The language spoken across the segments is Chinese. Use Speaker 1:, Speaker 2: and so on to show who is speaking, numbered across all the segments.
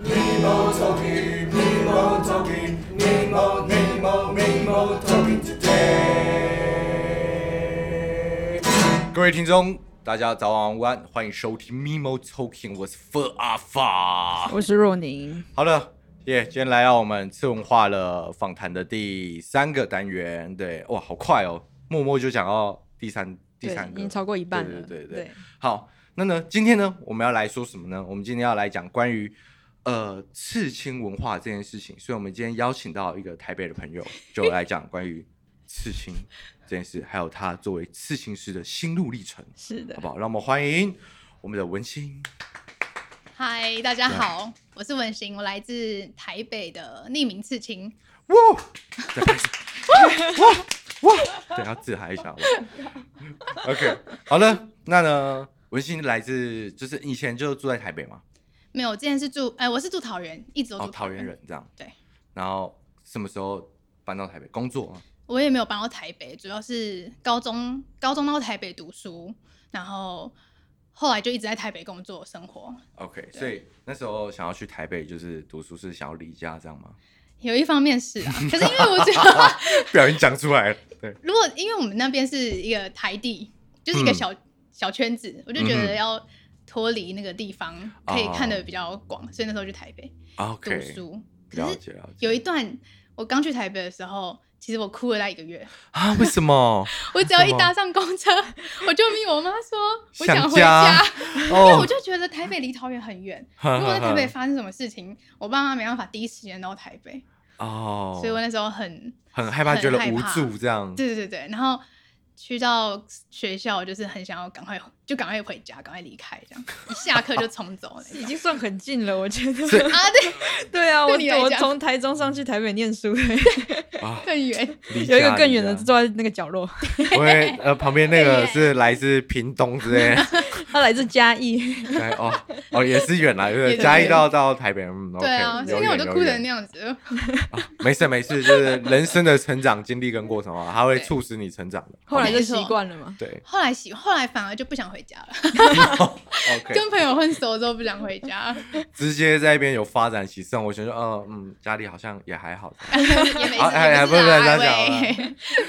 Speaker 1: 你冇做嘢，你冇做嘢，你冇你冇你冇做嘢 today。各位听众，大家早安午安，欢迎收听 Mimo Talking，我是 f 阿发。
Speaker 2: 我是若 宁，
Speaker 1: 好了，耶、今天来啊到我们次文化了访谈的第三个单元，对，哇，好快哦，默默就讲到第三第
Speaker 2: 对，
Speaker 1: 三
Speaker 2: 已
Speaker 1: 个，
Speaker 2: 经超过一半了，
Speaker 1: 对对对对
Speaker 2: 对，
Speaker 1: 好，那呢，今天呢，我们要来说什么呢？我们今天要来讲关于呃刺青文化这件事情，所以我们今天邀请到一个台北的朋友，就来讲关于刺青这件事，还有他作为刺青师的心路历程，
Speaker 2: 是的
Speaker 1: 好不，好？让我们欢迎我们的文青。
Speaker 3: 嗨，大家好，我是文心，我来自台北的匿名刺青。
Speaker 1: 哇！再拍手哇哇哇！等下自嗨一下好不好 OK，好了，那呢，文心来自就是以前就住在台北嘛，
Speaker 3: 没有，我之前是住，哎、我是住桃园，一直都
Speaker 1: 哦
Speaker 3: 住，
Speaker 1: 桃园。人这样。
Speaker 3: 对。
Speaker 1: 然后什么时候搬到台北工作吗？
Speaker 3: 我也没有搬到台北，主要是高中高中到台北读书，然后后来就一直在台北工作生活。
Speaker 1: OK，所以那时候想要去台北就是读书，是想要离家这样吗？
Speaker 3: 有一方面 是啊，可是因为我觉得，
Speaker 1: 不小心讲出来了。对，
Speaker 3: 如果因为我们那边是一个台地，就是一个
Speaker 1: 嗯
Speaker 3: 小、小圈子，我就觉
Speaker 1: 嗯哼
Speaker 3: 得要脱离那个地方，可以
Speaker 1: 哦
Speaker 3: 看得比较广，所以那时候去台北读
Speaker 1: OK，
Speaker 3: 书。可
Speaker 1: 了
Speaker 3: 是
Speaker 1: 解了解。
Speaker 3: 有一段我刚去台北的时候，其实我哭了那一 个月。
Speaker 1: 啊？为什么？
Speaker 3: 我只要一
Speaker 1: 什么
Speaker 3: 搭上公车，我就命我妈说我想
Speaker 1: 想
Speaker 3: 回家，因为
Speaker 1: 哦嗯
Speaker 3: 我，就觉得台北离桃园很远。
Speaker 1: 哈
Speaker 3: 如果在台北
Speaker 1: 哈
Speaker 3: 发生什么事情，我爸妈没办法第一时间到台北，
Speaker 1: 哈哦，嗯
Speaker 3: 所以我那时候很
Speaker 1: 很害怕，觉得
Speaker 3: 很害
Speaker 1: 无
Speaker 3: 怕
Speaker 1: 助这样。
Speaker 3: 对对对对，然后。去到学校，就是很想要赶快就赶快回家，赶快离开， 这样一下课就冲走那
Speaker 2: 已
Speaker 3: 种
Speaker 2: 经算很近了，我觉得。
Speaker 1: 所以
Speaker 3: 啊，对，
Speaker 2: 对啊，我
Speaker 3: 对你来
Speaker 2: 我
Speaker 3: 讲
Speaker 2: 从台中上去台北念书，
Speaker 1: 啊，
Speaker 3: 更远，
Speaker 1: 离
Speaker 2: 有一个
Speaker 1: 家
Speaker 2: 更
Speaker 1: 离
Speaker 2: 远
Speaker 3: 啊
Speaker 2: 的
Speaker 1: 家
Speaker 2: 坐在那个角 落，
Speaker 1: 因为呃旁边那个
Speaker 3: 远
Speaker 1: 是来自屏东之 类的，
Speaker 2: 他来自嘉义，
Speaker 1: 对哦哦也是远来，对不对
Speaker 3: 也是
Speaker 1: 嘉义
Speaker 3: 远
Speaker 1: 到到台北，嗯，OK，
Speaker 3: 对啊，
Speaker 1: 有
Speaker 3: 所以我
Speaker 1: 远
Speaker 3: 就
Speaker 1: 有
Speaker 3: 哭
Speaker 1: 远
Speaker 3: 成那样子，
Speaker 1: 没事没事，就是人生的成长经历跟过程啊，它会促使你成长的。嗯
Speaker 2: 后来就
Speaker 3: 哦没错
Speaker 2: 习惯了嘛。
Speaker 1: 对
Speaker 3: 后来喜，后来反而就不想回 家了，
Speaker 1: ，OK，
Speaker 3: 跟朋友混熟之后不想回家，
Speaker 1: 直接在一边有发展起生活圈，就呃嗯，家里好像也还好。
Speaker 3: 也没事，
Speaker 1: 哎哎哎
Speaker 3: 也
Speaker 1: 不不不
Speaker 3: 事
Speaker 1: 要
Speaker 3: 啊
Speaker 1: 讲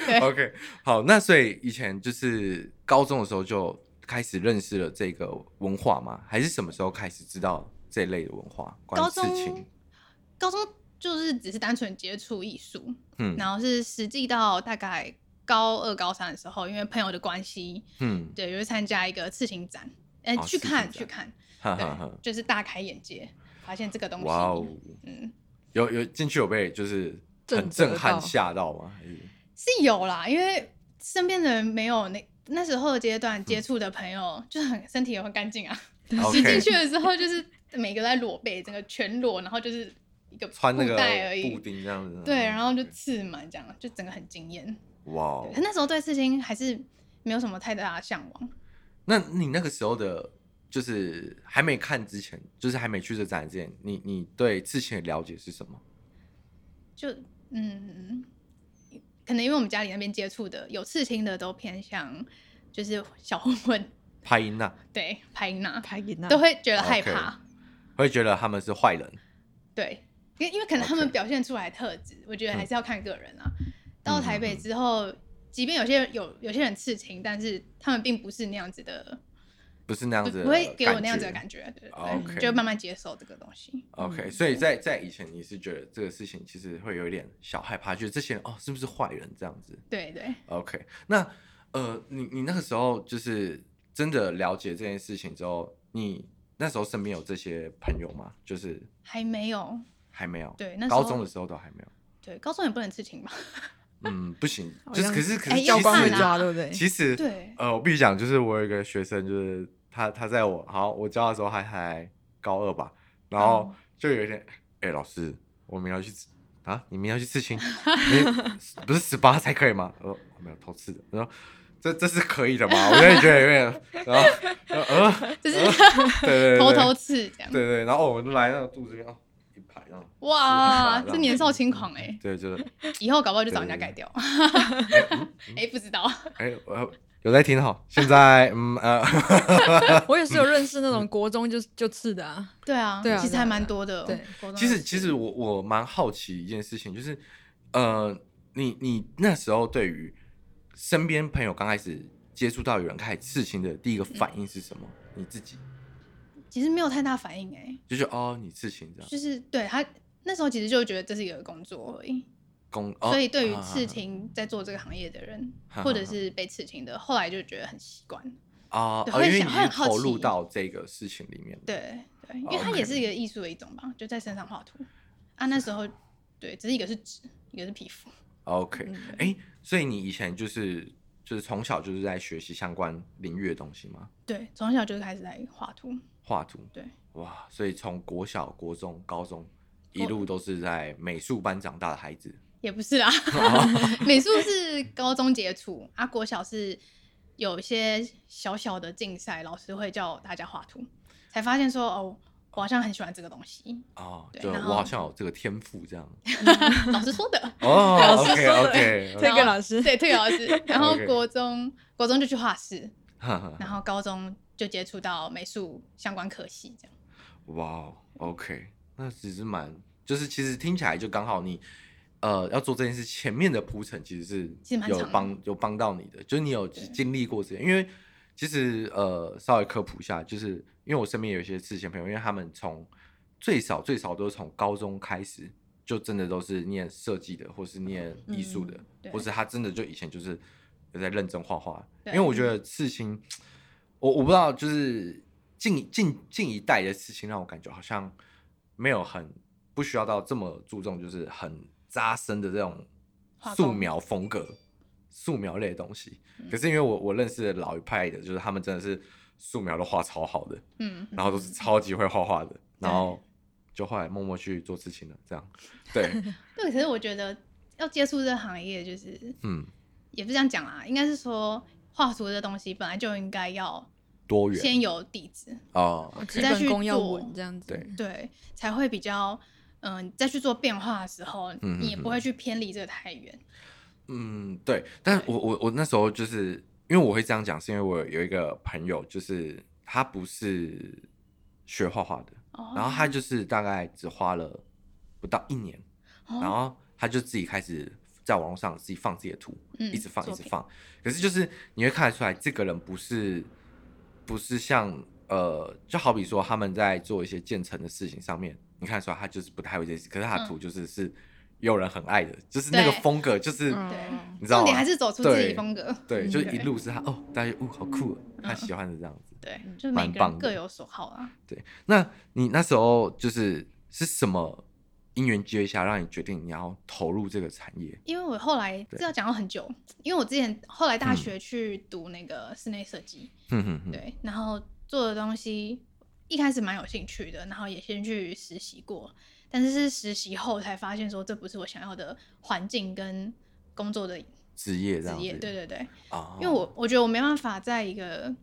Speaker 3: 喂
Speaker 1: OK，好，那所以以前就是高中的时候就开始认识了这个文化吗？还是什么时候开始知道这类的文化？关于
Speaker 3: 高
Speaker 1: 刺青
Speaker 3: 中，高中就是只是单纯接触艺术，
Speaker 1: 嗯
Speaker 3: 然后是实际到大概高二、高三的时候，因为朋友的关系，
Speaker 1: 嗯，
Speaker 3: 对，就是参加一个刺青展，哎、
Speaker 1: 哦
Speaker 3: 去看
Speaker 1: 刺青
Speaker 3: 去
Speaker 1: 展
Speaker 3: 看，
Speaker 1: 哈
Speaker 3: 对
Speaker 1: 哈哈，，
Speaker 3: 就是大开眼界，发现这个东西，
Speaker 1: 哇哦，
Speaker 3: 嗯，
Speaker 1: 有有进去有被就是很
Speaker 2: 震
Speaker 1: 震
Speaker 2: 慑
Speaker 1: 撼
Speaker 2: 到
Speaker 1: 吓到吗？还是
Speaker 3: 是有啦，因为身边的人没有那那时候的阶段接触的朋友，就是很身体也很干 净啊，
Speaker 1: 嗯 OK
Speaker 3: 一进去的时候就是每个都在裸背，整个全裸，然后就是一个
Speaker 1: 穿那
Speaker 3: 布
Speaker 1: 个
Speaker 3: 袋而已
Speaker 1: 布，丁这样子？
Speaker 3: 对，然后就刺满这样，就整个很惊艳。
Speaker 1: 哇哦
Speaker 3: 对，可那时候对刺青还是没有什么太大的向往，
Speaker 1: 那你那个时候的，就是还没看之前，就是还没去这展之前，你你对刺青的了解是什么？
Speaker 3: 就嗯，可能因为我们家里那边接触的有刺青的都偏向就是小混混，
Speaker 1: 拍音呐，
Speaker 3: 对，拍娜
Speaker 2: 开给那
Speaker 3: 都会觉得害
Speaker 1: OK
Speaker 3: 怕
Speaker 1: 会觉得他们是坏人。
Speaker 3: 对，因为因为可能他们
Speaker 1: OK
Speaker 3: 表现出来的特质，我觉得还是要看个人啊。
Speaker 1: 嗯
Speaker 3: 到
Speaker 1: 嗯
Speaker 3: 台北
Speaker 1: 嗯
Speaker 3: 之后，即便有些人有有些人刺青，但是他们并不是那样子的，
Speaker 1: 不是那样
Speaker 3: 不
Speaker 1: 子的
Speaker 3: 不会给我那样子
Speaker 1: 觉。
Speaker 3: 的
Speaker 1: 哦
Speaker 3: 感觉，对对对
Speaker 1: OK
Speaker 3: 就慢慢接受这个东西。
Speaker 1: OK，
Speaker 2: 嗯
Speaker 1: 所以在在以前你是觉得这个事情其实会有一点小害怕，觉得这些人哦是不是坏人这样子
Speaker 3: 对对，
Speaker 1: ？OK，那呃你你那个时候就是真的了解这件事情之后，你那时候身边有这些朋友吗？就是
Speaker 3: 还没有，
Speaker 1: 还没有，
Speaker 3: 对那时
Speaker 1: 高
Speaker 3: 候啊
Speaker 1: 中的时候都还没有。
Speaker 3: 对，高中也不能 刺青吧？
Speaker 1: 嗯，不行，
Speaker 2: 好
Speaker 1: 就是
Speaker 2: 像
Speaker 1: 可是可
Speaker 3: 哎
Speaker 1: 是
Speaker 3: 要
Speaker 1: 其
Speaker 2: 光
Speaker 1: 实
Speaker 3: 看
Speaker 2: 回
Speaker 3: 啦
Speaker 2: 家，啊对不对？
Speaker 1: 其实
Speaker 3: 哎对
Speaker 1: 呃，我必须讲，就是我有一个学生，就是他他在我好我教的时候还还高二吧，然
Speaker 3: 嗯
Speaker 1: 后就有一天，哎、老师，我们要去吃啊，你们要去刺青，你不是十八才可以吗？我说我没有偷吃的，然后。这这是可以的吗？我就觉得有点，然后，然后呃，
Speaker 3: 就是
Speaker 1: 呃对对对，
Speaker 3: 偷偷刺这样。
Speaker 1: 对对，然后我就来那个肚子这边哦，一排这样，
Speaker 3: 哇，
Speaker 1: 是吧
Speaker 3: 这年少轻狂哎、
Speaker 1: 对，就是
Speaker 3: 以后搞不好就找人家
Speaker 1: 对
Speaker 3: 改掉。哎、不知道，
Speaker 1: 哎，我有在听哈。现在嗯呃，
Speaker 2: 我也是有认识那
Speaker 1: 嗯
Speaker 2: 种国中就就刺的 啊，
Speaker 3: 对啊，
Speaker 2: 对啊
Speaker 3: 其实
Speaker 2: 对啊
Speaker 3: 还蛮多的。
Speaker 2: 对
Speaker 3: 国中
Speaker 1: 其实
Speaker 3: 的
Speaker 1: 其
Speaker 3: 事
Speaker 1: 实我我蛮好奇一件事情，就是呃，你你那时候对于身边朋友刚开始接触到有人开始刺青的第一
Speaker 3: 嗯
Speaker 1: 个反应是什么？你自己
Speaker 3: 其实没有太大反应哎、
Speaker 1: 就是哦，你刺青这样
Speaker 3: 就是对他那时候其实就觉得这是一个工作而已，
Speaker 1: 公，哦
Speaker 3: 所以对于
Speaker 1: 啊
Speaker 3: 刺青在做这个行业的人，
Speaker 1: 哈哈
Speaker 3: 或者是被刺青的，后来就觉得很习惯。
Speaker 1: 啊，
Speaker 3: 对
Speaker 1: 哦
Speaker 3: 会
Speaker 1: 因为
Speaker 3: 想
Speaker 1: 你
Speaker 3: 会
Speaker 1: 是
Speaker 3: 很好
Speaker 1: 投入
Speaker 3: 奇
Speaker 1: 到这个事情里面，
Speaker 3: 对对，因为它也
Speaker 1: 哦 OK
Speaker 3: 是一个艺术的一种吧，就在身上画图啊。那时候对，只是一个是纸，一个是皮肤。
Speaker 1: OK，
Speaker 2: 嗯
Speaker 1: 哎、所以你以前就是就是从小就是在学习相关领域的东西吗？
Speaker 3: 对，从小就开始在画图。
Speaker 1: 画图，
Speaker 3: 对，
Speaker 1: 哇，所以从国小、国中、高中一
Speaker 3: 我
Speaker 1: 路都是在美术班长大的孩子。
Speaker 3: 也不是啦，
Speaker 1: 哦
Speaker 3: 美术是高中接触，啊，国小是有一些小小的竞赛，老师会叫大家画图，才发现说哦，我好像很喜欢这个东西，
Speaker 1: 哦，
Speaker 3: 对
Speaker 1: 就
Speaker 3: 然
Speaker 1: 我
Speaker 3: 后
Speaker 1: 好像有这个天赋这 样。，
Speaker 3: 老师说的
Speaker 1: 哦
Speaker 2: 老师
Speaker 1: ，OK
Speaker 2: 说的
Speaker 1: OK，
Speaker 2: 推给老师。
Speaker 3: 对，退老师。然后
Speaker 1: OK
Speaker 3: 国中国中就去画室，然
Speaker 1: 然
Speaker 3: 后高中就接触到美术相关科系，这样。
Speaker 1: 哇哦，OK，那其实蛮，就是其实听起来就刚好你，呃，要做这件事前面的铺陈其实是
Speaker 3: 其实蛮
Speaker 1: 有
Speaker 3: 长
Speaker 1: 帮有帮到你的，就是你有
Speaker 3: 对
Speaker 1: 经历过这些，因为其实呃稍微科普一下，就是因为我身边有一些之前朋友，因为他们从最少最少都是从高中开始。就真的都是念设计的，或是念艺术的，
Speaker 3: 嗯对
Speaker 1: 或是他真的就以前就是有在认真画画，因
Speaker 3: 对
Speaker 1: 为我觉得刺青，我我不知道，就是近近近一代的刺青让我感觉好像没有很不需要到这么注重，就是很扎深的这种
Speaker 3: 画工
Speaker 1: 素描风格、素描类的东西。
Speaker 3: 嗯
Speaker 1: 可是因为我我认识的老一派的，就是他们真的是素描都画超好的，
Speaker 3: 嗯，
Speaker 1: 然后都是超级会画画的，然
Speaker 3: 对
Speaker 1: 后就后来默默去做刺青了，这样。 对，
Speaker 3: 对，可是我觉得要接触这个行业，就是
Speaker 1: 嗯，
Speaker 3: 也不是这样讲啦，应该是说画图这东西本来就应该要
Speaker 1: 多元
Speaker 3: 先有底子，
Speaker 1: 哦，
Speaker 2: 基
Speaker 3: 再去
Speaker 2: 本功要
Speaker 3: 做
Speaker 2: 稳，这样子。
Speaker 1: 对
Speaker 3: 对，才会比较，嗯、再去做变化的时候，
Speaker 1: 嗯
Speaker 3: 你也
Speaker 1: 嗯嗯
Speaker 3: 不会去偏离这个太远。
Speaker 1: 嗯，对，但我我我那时候就是因为我会这样讲，是因为我有一个朋友，就是他不是学画画的，
Speaker 3: 哦，
Speaker 1: 然后他就是大概只花了不到一年，
Speaker 3: 哦，
Speaker 1: 然后他就自己开始在网络上自己放自己的图，
Speaker 3: 嗯
Speaker 1: 一直放一
Speaker 3: 作
Speaker 1: 直
Speaker 3: 品
Speaker 1: 放。可是就是你会看得出来，这个人不是不是像呃，就好比说他们在做一些建成的事情上面，你看得出来他就是不太会这些，可是他的
Speaker 3: 嗯
Speaker 1: 图就是、是有人很爱的，就是那个
Speaker 3: 对
Speaker 1: 风格，就是、
Speaker 2: 嗯
Speaker 1: 你知道吗？
Speaker 3: 重点还是走出自己
Speaker 1: 对
Speaker 3: 风格。
Speaker 1: 对，
Speaker 2: 嗯
Speaker 1: 就一路是他哦，大家觉得哦好酷哦，他喜欢的这样子。
Speaker 3: 嗯对，
Speaker 2: 嗯
Speaker 3: 就是
Speaker 1: 蛮
Speaker 3: 每个
Speaker 1: 棒
Speaker 3: 人
Speaker 1: 的
Speaker 3: 各有所好啊。
Speaker 1: 对，那你那时候就是是什么因缘机会下让你决定你要投入这个产业？
Speaker 3: 因为我后来
Speaker 1: 对
Speaker 3: 这要讲到很久，因为我之前后来大
Speaker 1: 嗯
Speaker 3: 学去读那个室内设计，
Speaker 1: 哼哼哼，
Speaker 3: 对，然后做的东西一开始蛮有兴趣的，然后也先去实习过，但是是实习后才发现说这不是我想要的环境跟工作的职
Speaker 1: 职业这样子。
Speaker 3: 业。对对对，
Speaker 1: 啊，
Speaker 3: 因为我我觉得我没办法在一个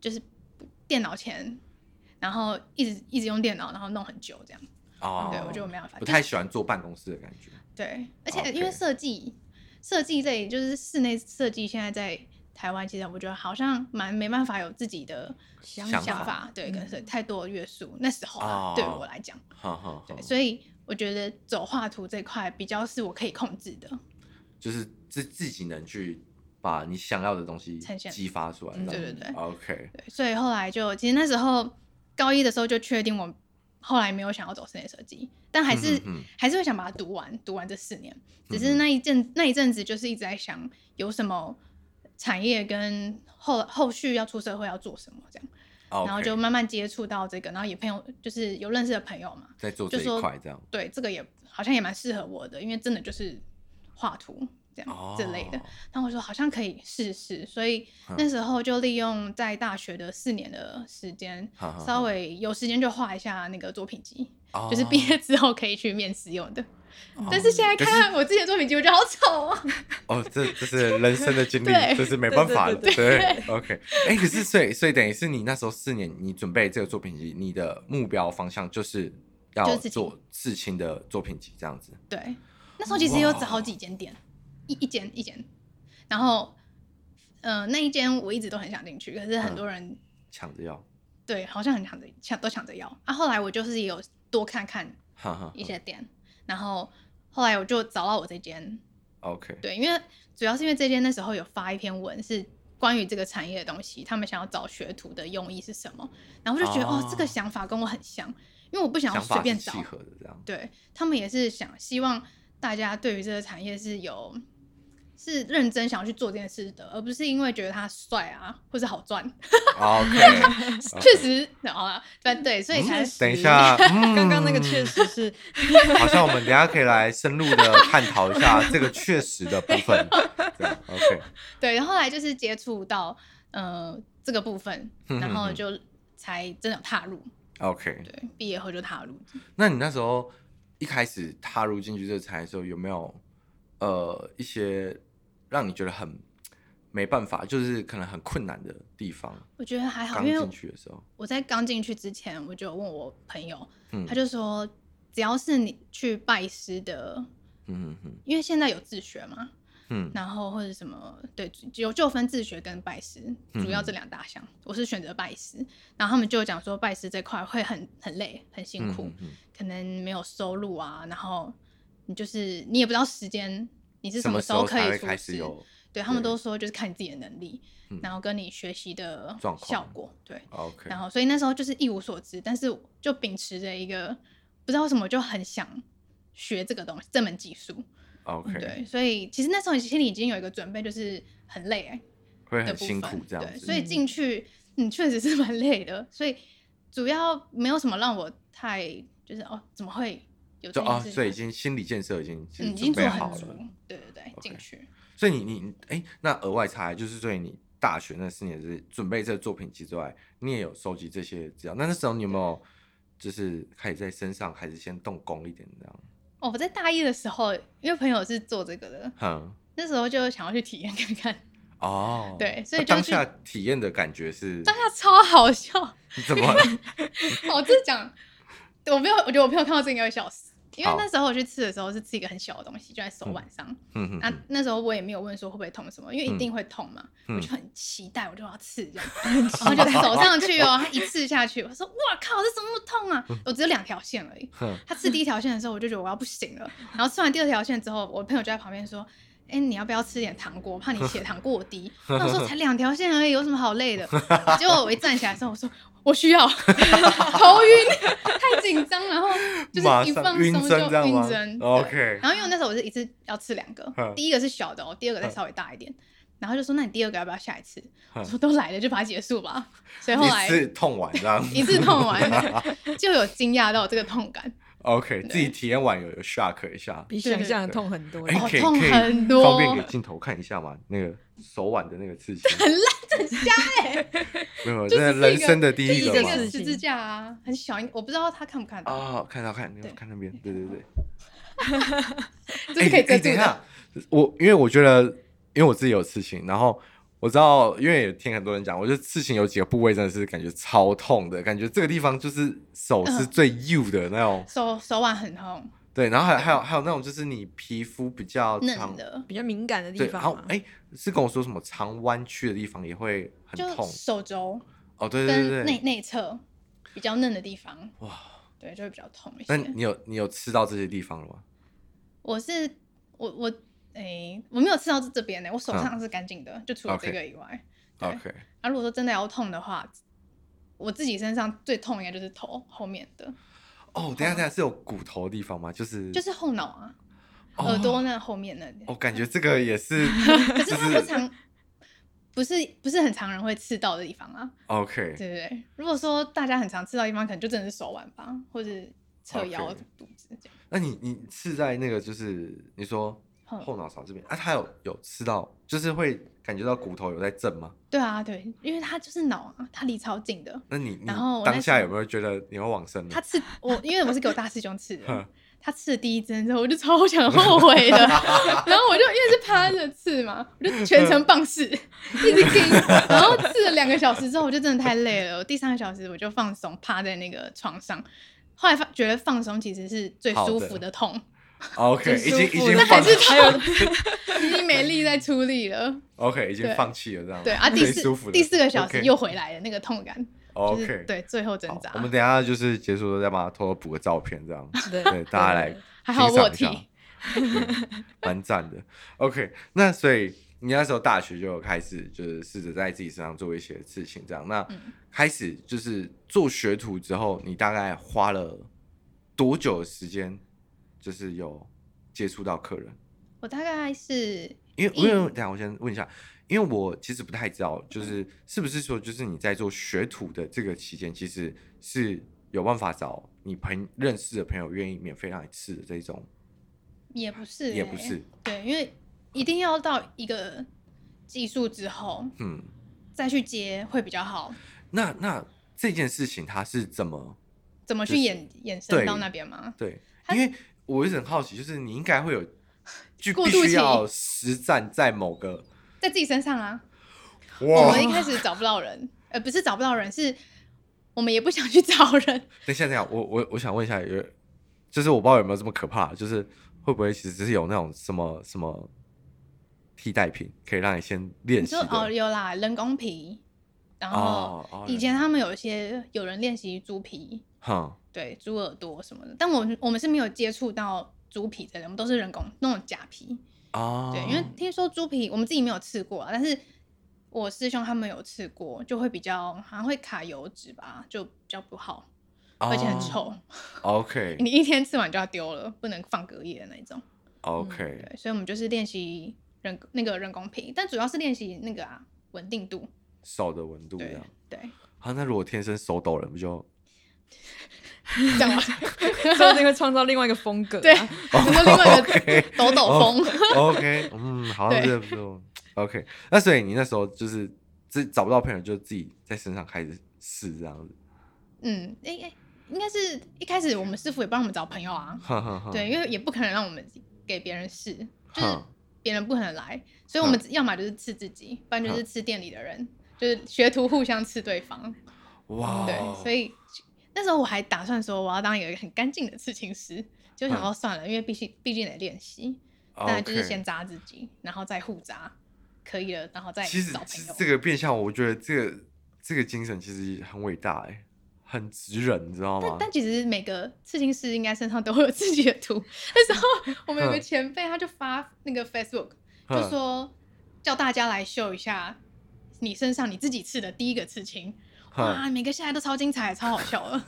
Speaker 3: 就是电脑前，然后一直一直用电脑，然后弄很久这样。
Speaker 1: 哦，
Speaker 3: 对，我觉得我没办法。
Speaker 1: 不
Speaker 3: 就
Speaker 1: 太喜欢坐办公室的感觉。
Speaker 3: 对，而且
Speaker 1: 哦 OK
Speaker 3: 因为设计设计这里就是室内设计，现在在台湾其实我觉得好像蛮没办法有自己的
Speaker 2: 想
Speaker 1: 想
Speaker 3: 法，
Speaker 2: 法
Speaker 3: 对，
Speaker 2: 嗯
Speaker 3: 跟是太多的约束。那时候啊，
Speaker 1: 哦
Speaker 3: 对我来讲，
Speaker 1: 哈哈，
Speaker 3: 对，
Speaker 1: 哈
Speaker 3: 所以我觉得走画图这块比较是我可以控制的。
Speaker 1: 就是自自己能去把你想要的东西
Speaker 3: 呈现
Speaker 1: 激发出来。
Speaker 2: 嗯
Speaker 1: 这样
Speaker 3: 对对对
Speaker 1: OK，
Speaker 3: 对，所以后来就其实那时候高一的时候就确定我后来没有想要走室内设计，但还是、
Speaker 1: 嗯哼哼
Speaker 3: 还是会想把它读完，读完这四年。只是
Speaker 1: 嗯
Speaker 3: 那一阵那一阵子就是一直在想有什么产业跟后后续要出社会要做什么这样，
Speaker 1: 然
Speaker 3: 然后就慢慢接触到这个，然后也朋友就是有认识的朋友嘛，
Speaker 1: 在做
Speaker 3: 就
Speaker 1: 这一
Speaker 3: 说
Speaker 1: 块这样。
Speaker 3: 对这个也好像也蛮适合我的，因为真的就是画图这样、
Speaker 1: 哦
Speaker 3: 这类的。然后我说好像可以试试，所以
Speaker 1: 嗯
Speaker 3: 那时候就利用在大学的四年的时间
Speaker 1: 好好，好
Speaker 3: 稍微有时间就画一下那个作品集，
Speaker 1: 哦
Speaker 3: 就是毕业之后可以去面试用的。
Speaker 2: 哦
Speaker 3: 但是现在
Speaker 1: 可是
Speaker 3: 看我之前作品集，我觉得好丑啊！
Speaker 1: 哦，这这是人生的经历，
Speaker 3: 对
Speaker 1: 这是没办法的。
Speaker 2: 对
Speaker 1: ，OK，哎、可是所以所以等于是你那时候四年，你准备这个作品集，你的目标方向就是要
Speaker 3: 就是刺青
Speaker 1: 做刺青的作品集这样子。
Speaker 3: 对，那时候其实有找好几间店，一一间一间，然后呃，那一间我一直都很想进去，可是很多人、
Speaker 1: 抢着要，
Speaker 3: 对好像很抢着抢都抢着要。啊，后来我就是也有多看看
Speaker 1: 哈哈
Speaker 3: 一些店，然后后来我就找到我这间，
Speaker 1: ，OK，
Speaker 3: 对，因为主要是因为这间那时候有发一篇文是。关于这个产业的东西，他们想要找学徒的用意是什么？然后我就觉得哦
Speaker 1: 哦
Speaker 3: 这个想法跟我很像，因为我不想要
Speaker 1: 想
Speaker 3: 随
Speaker 1: 法
Speaker 3: 便
Speaker 1: 是
Speaker 3: 找，
Speaker 1: 契合的这样，
Speaker 3: 对他们也是想希望大家对于这个产业是有是认真想要去做这件事的，而不是因为觉得他帅啊或是好 赚。
Speaker 1: OK，
Speaker 3: 确实，好了，对对，所以才、
Speaker 2: 嗯
Speaker 1: 等一 下，嗯
Speaker 2: 刚刚那个确实是，
Speaker 1: 好像我们等一下可以来深入的探讨一下这个确实的部分。这样 OK，
Speaker 3: 对，然后后来就是接触到呃这个部分，然后就才真的有踏入。
Speaker 1: OK，
Speaker 3: 对，毕业后就踏入。
Speaker 1: 那你那时候一开始踏入进去这个产业的时候，有没有呃一些让你觉得很没办法，就是可能很困难的地方？
Speaker 3: 我觉得还好，
Speaker 1: 刚
Speaker 3: 因为
Speaker 1: 进去的时候，
Speaker 3: 我在刚进去之前，我就问我朋友，
Speaker 1: 嗯
Speaker 3: 他就说只要是你去拜师的，
Speaker 1: 嗯嗯
Speaker 3: 因为现在有自学嘛，
Speaker 1: 嗯嗯
Speaker 3: 然后或者什么，对，有就分自学跟拜师，
Speaker 1: 嗯
Speaker 3: 主要这两大项。我是选择拜师，然后他们就讲说拜师这块会很很累，很辛苦，
Speaker 1: 嗯嗯嗯
Speaker 3: 可能没有收入啊，然后你就是你也不知道时间你是
Speaker 1: 什么
Speaker 3: 么时候可
Speaker 1: 才会
Speaker 3: 以出
Speaker 1: 开始
Speaker 3: 师，
Speaker 1: 有
Speaker 3: 对他们
Speaker 1: 对
Speaker 3: 都说就是看你自己的能力，
Speaker 1: 嗯
Speaker 3: 然后跟你学习的
Speaker 1: 状况
Speaker 3: 效果，对，
Speaker 1: OK？
Speaker 3: 然后所以那时候就是一无所知，但是就秉持着一个不知道为什么就很想学这个东西这门技术，
Speaker 1: OK，
Speaker 3: 嗯对，所以其实那时候心里已经有一个准备，就是很累哎、
Speaker 1: 会
Speaker 3: 的
Speaker 1: 很
Speaker 3: 部
Speaker 1: 辛
Speaker 3: 分
Speaker 1: 苦这样
Speaker 3: 对，
Speaker 1: 子。
Speaker 3: 所以进去嗯确实是蛮累的，所以主要没有什么让我太就是哦怎么会有这
Speaker 1: 就
Speaker 3: 件
Speaker 1: 哦，
Speaker 3: 事情？
Speaker 1: 所以已经心理建设已经
Speaker 3: 嗯
Speaker 1: 是
Speaker 3: 已
Speaker 1: 准
Speaker 3: 经做
Speaker 1: 备
Speaker 3: 很
Speaker 1: 好
Speaker 3: 足
Speaker 1: 了，，
Speaker 3: 对对对，进去
Speaker 1: 所以你你你哎、那额外插一句就是，所以你大学那四年是准备这个作品集之外，你也有收集这些资料。那那时候你有没有就是开始在身上还是先动工一点这样？
Speaker 3: 哦我在大一的时候，因为朋友是做这个的，
Speaker 1: 哼，
Speaker 3: 那时候就想要去体验看看，
Speaker 1: 哦，
Speaker 3: 对所以
Speaker 1: 那
Speaker 3: 就
Speaker 1: 当
Speaker 3: 去
Speaker 1: 下体验的感觉是
Speaker 3: 当下超好笑，哦
Speaker 1: 你怎 么
Speaker 3: 我真的讲，我没有，我觉得我朋友看到这个应该会笑死，因为
Speaker 1: 好
Speaker 3: 那时候我去吃的时候是吃一个很小的东西，就在手腕上。
Speaker 1: 嗯嗯
Speaker 3: 那、
Speaker 1: 嗯
Speaker 3: 那时候我也没有问说会不会痛什么，因为一定会痛嘛，
Speaker 1: 嗯
Speaker 3: 我就很期待，我就要刺 这样，然后就走上去哦，他一刺下去，我说哇靠，这怎么那么痛啊？我只有两条线而已。
Speaker 1: 哼
Speaker 3: 他刺第一条线的时候，我就觉得我要不行了，然后刺完第二条线之后，我朋友就在旁边说。哎、你要不要吃点糖果？怕你血糖过低。那我说才两条线而已，有什么好累的？结果我一站起来之后，我说我需 要，头晕，太紧张，然后就
Speaker 1: 马
Speaker 3: 是一
Speaker 1: 上
Speaker 3: 放
Speaker 1: 晕
Speaker 3: 松就
Speaker 1: 针这样
Speaker 3: 晕
Speaker 1: 吗
Speaker 3: 针。对
Speaker 1: OK
Speaker 3: 然后因为那时候我是一次要吃两个
Speaker 1: 嗯，
Speaker 3: 第一个是小的哦，第二个再稍微大一点。然后就说那你第二个要不要下一次？
Speaker 1: 嗯
Speaker 3: 我说都来了就把它结束吧。所以后来
Speaker 1: 一次痛完这样
Speaker 3: 一次痛 完，就有惊讶到这个痛感，
Speaker 1: ，OK，
Speaker 3: 对
Speaker 1: 自己体验完有有 shock 一下。
Speaker 2: 比想象的痛很多。
Speaker 1: 哎、
Speaker 3: 哦
Speaker 1: 可以
Speaker 3: 痛
Speaker 1: 可以
Speaker 3: 很多
Speaker 1: 方便给镜头看一下吗？那个手腕的那个刺青， 很烂，很瞎哎、 没有，
Speaker 3: 欸就
Speaker 1: 这是
Speaker 3: 是这个
Speaker 1: 人生的第
Speaker 3: 就是
Speaker 1: 一
Speaker 3: 这
Speaker 1: 个
Speaker 2: 个
Speaker 1: 嘛。
Speaker 2: 刺
Speaker 3: 十字架啊，很小，我不知道他看不看得到，
Speaker 1: 啊、看到看，
Speaker 3: 对
Speaker 1: 看那边，对对 对，
Speaker 3: 这是可以
Speaker 1: 哎
Speaker 3: 遮
Speaker 1: 哎
Speaker 3: 住
Speaker 1: 等一
Speaker 3: 的。
Speaker 1: 下，我因为我觉得，因为我自己有刺青，然后我知道，因为也听很多人讲，我觉得刺青有几个部位真的是感觉超痛的，感觉这个地方就是手是
Speaker 3: 嗯
Speaker 1: 最 you 的那种，
Speaker 3: 手手腕很痛，
Speaker 1: 对，然后还有还有还有那种就是你皮肤比较长
Speaker 3: 嗯嫩，的，
Speaker 2: 比较敏感的
Speaker 1: 对，
Speaker 2: 地
Speaker 1: 然
Speaker 2: 方啊
Speaker 1: 后
Speaker 2: 嘛，
Speaker 1: 哎、是跟我说什么长弯曲的地方也会很
Speaker 3: 就
Speaker 1: 痛，
Speaker 3: 手肘
Speaker 1: 哦，对对对
Speaker 3: 跟内
Speaker 1: 对，
Speaker 3: 内侧比较嫩的地方，
Speaker 1: 哇，
Speaker 3: 对，就会比较痛一
Speaker 1: 那
Speaker 3: 些。
Speaker 1: 你有你有吃到这些地方了吗？
Speaker 3: 我是我我诶、我没有吃到这这边呢、我手上是干净的，就除了
Speaker 1: 嗯
Speaker 3: 这
Speaker 1: OK
Speaker 3: 个以外。对
Speaker 1: OK，
Speaker 3: 啊，如果说真的要痛的话，我自己身上最痛应该就是头后面的，
Speaker 1: 哦，等一下等一下是有骨头的地方吗？就是
Speaker 3: 就是后脑啊，
Speaker 1: 哦
Speaker 3: 耳朵那后面那里。
Speaker 1: 我感觉这个也是
Speaker 3: 可是它不常，不是不是很常人会刺到的地方啊，
Speaker 1: OK，
Speaker 3: 对不对？如果说大家很常刺到的地方，可能就真的是手腕吧，或者侧腰、
Speaker 1: OK
Speaker 3: 肚子这样。
Speaker 1: 那你你刺在那个就是你说
Speaker 3: 嗯
Speaker 1: 后脑勺这边啊，它有有刺到，就是会感觉到骨头有在震吗？
Speaker 3: 对啊，对，因为它就是脑啊，它离超近的。
Speaker 1: 那你你
Speaker 3: 然后我那
Speaker 1: 当下
Speaker 3: 时
Speaker 1: 有
Speaker 3: 候
Speaker 1: 没有觉得你会往生呢
Speaker 3: 他？刺我，因为我是给我大师兄刺的
Speaker 1: 嗯哼，
Speaker 3: 他刺了第一针之后，我就超想 后悔的。然后我就因为是趴着刺嘛，我
Speaker 1: 嗯
Speaker 3: 就全程棒刺，一直盯。然后刺了两个小时之后，我就真的太累了。我第三个小时我就放松，趴在那个床上。后来发觉得放松其实是最舒服的痛，
Speaker 1: 哦 OK，
Speaker 2: 很
Speaker 1: 已
Speaker 2: 舒
Speaker 1: 经
Speaker 2: 服
Speaker 1: 已经
Speaker 2: 的
Speaker 1: 放
Speaker 3: 还是
Speaker 1: 弃
Speaker 2: 还有
Speaker 3: 已经没力再出力了。
Speaker 1: ，OK，已经
Speaker 3: 对
Speaker 1: 放弃了这样。
Speaker 3: 对啊，第
Speaker 1: 最
Speaker 3: 四
Speaker 1: 舒服的
Speaker 3: 第四个小
Speaker 1: OK，
Speaker 3: 时
Speaker 1: 哦
Speaker 3: 又回来了，那个痛感就是
Speaker 1: OK，
Speaker 3: 对最后挣
Speaker 1: 好
Speaker 3: 扎
Speaker 1: 我。们等一下就是结束了再帮他偷偷补个照片这样。
Speaker 2: 对
Speaker 1: 对，大家来
Speaker 3: 还好
Speaker 1: 欣赏
Speaker 3: 我
Speaker 1: 一
Speaker 3: 替
Speaker 1: 下， 对蛮赞的。OK，那所以你那时候大学就有开始，就是试着在自己身上做一些事情，这样。那
Speaker 3: 嗯
Speaker 1: 开始就是做学徒之后，你大概花了多久的时间，就是有接触到客人？
Speaker 3: 我大概是
Speaker 1: 因为因为等一下我先问一下，因为我其实不太知道，就是是不是说，就是你在做学徒的这个期间，其实是有办法找你朋认识的朋友愿意免费让你吃的这一种，
Speaker 3: 也不是、欸
Speaker 1: 也不，是，
Speaker 3: 对，因为一定要到一个技术之后
Speaker 1: 嗯，
Speaker 3: 再去接会比较好。
Speaker 1: 那那这件事情它是怎么
Speaker 3: 怎么去
Speaker 1: 就是
Speaker 3: 衍衍
Speaker 1: 对
Speaker 3: 生到那边吗？
Speaker 1: 对？
Speaker 3: 它
Speaker 1: 因为我一直很好奇，就是你应该 会有就
Speaker 3: 过
Speaker 1: 必
Speaker 3: 渡
Speaker 1: 须
Speaker 3: 期
Speaker 1: 要实战在某个
Speaker 3: 在自己身上啊。我
Speaker 1: 哇，
Speaker 3: 们一开始找不到人，呃，不是找不到人，是我们也不想去找人。
Speaker 1: 等一下，等一下，我我我想问一下，有就是我不知道有没有这么可怕，就是会不会其实只是有那种什么什么替代品可以让你先练
Speaker 3: 你
Speaker 1: 习
Speaker 3: 说哦，
Speaker 1: 的？
Speaker 3: 有啦，人工皮，然后
Speaker 1: 哦哦
Speaker 3: 以前他们有一些有人练习猪皮，
Speaker 1: 哼，
Speaker 3: 对，猪耳朵什么的，但我们我们是没有接触到猪皮的，我们都是人工那种假皮。
Speaker 1: 哦，
Speaker 3: 对，因为听说猪皮我们自己没有吃过啊，但是我师兄他们有吃过，就会比较好像会卡油脂吧，就比较不好，而且很嗯
Speaker 1: 哦。
Speaker 3: 臭，
Speaker 1: OK
Speaker 3: 你一天吃完就要丢了，不能放隔夜的那一种。
Speaker 1: OK，
Speaker 3: 对，所以我们就是练习人那个人工皮，但主要是练习那个啊稳定度。
Speaker 1: 手的温度这
Speaker 3: 对
Speaker 1: 样。
Speaker 3: 对，
Speaker 1: 啊，那如果天生手抖人不就？
Speaker 3: 这样吧，
Speaker 2: 说不定会创造另外一个风格啊。
Speaker 3: 对，我们另外
Speaker 1: 哦
Speaker 3: 一个抖抖风。
Speaker 1: OK，嗯， 好像
Speaker 3: 对
Speaker 1: 这不错。OK，那所以你那时候就是自找不到朋友，就自己在身上开始试这样子。
Speaker 3: 嗯，哎、哎，应该是一开始我们师傅也帮我们找朋友啊，
Speaker 1: 哈哈哈。
Speaker 3: 对，因为也不可能让我们给别人试，就是
Speaker 1: 哦哼，
Speaker 3: 别人不可能来，所以我们要么就是吃自己，不然就是吃店里的人，就是学徒互相吃对方。
Speaker 1: 哇，哦
Speaker 3: 对，所以那时候我还打算说我要当一个很干净的刺青师，
Speaker 1: 嗯
Speaker 3: 就想要算了，因为必须毕竟得练习，那就是
Speaker 1: OK
Speaker 3: 先扎自己，然后再互扎，可以了，然后再
Speaker 1: 其实
Speaker 3: 找
Speaker 1: 其
Speaker 3: 朋
Speaker 1: 实
Speaker 3: 友。
Speaker 1: 这个变相，我觉得这个这个精神其实很伟大哎、很直人，你知道吗
Speaker 3: 但？但其实每个刺青师应该身上都会有自己的图。那 时候我们有个
Speaker 1: 嗯
Speaker 3: 前辈，他就发那个 Facebook，
Speaker 1: 哼
Speaker 3: 就说叫大家来秀一下你身上你自己刺的第一个刺青。
Speaker 1: 哼
Speaker 3: 哇，啊每个下来都超精彩，超好笑 的，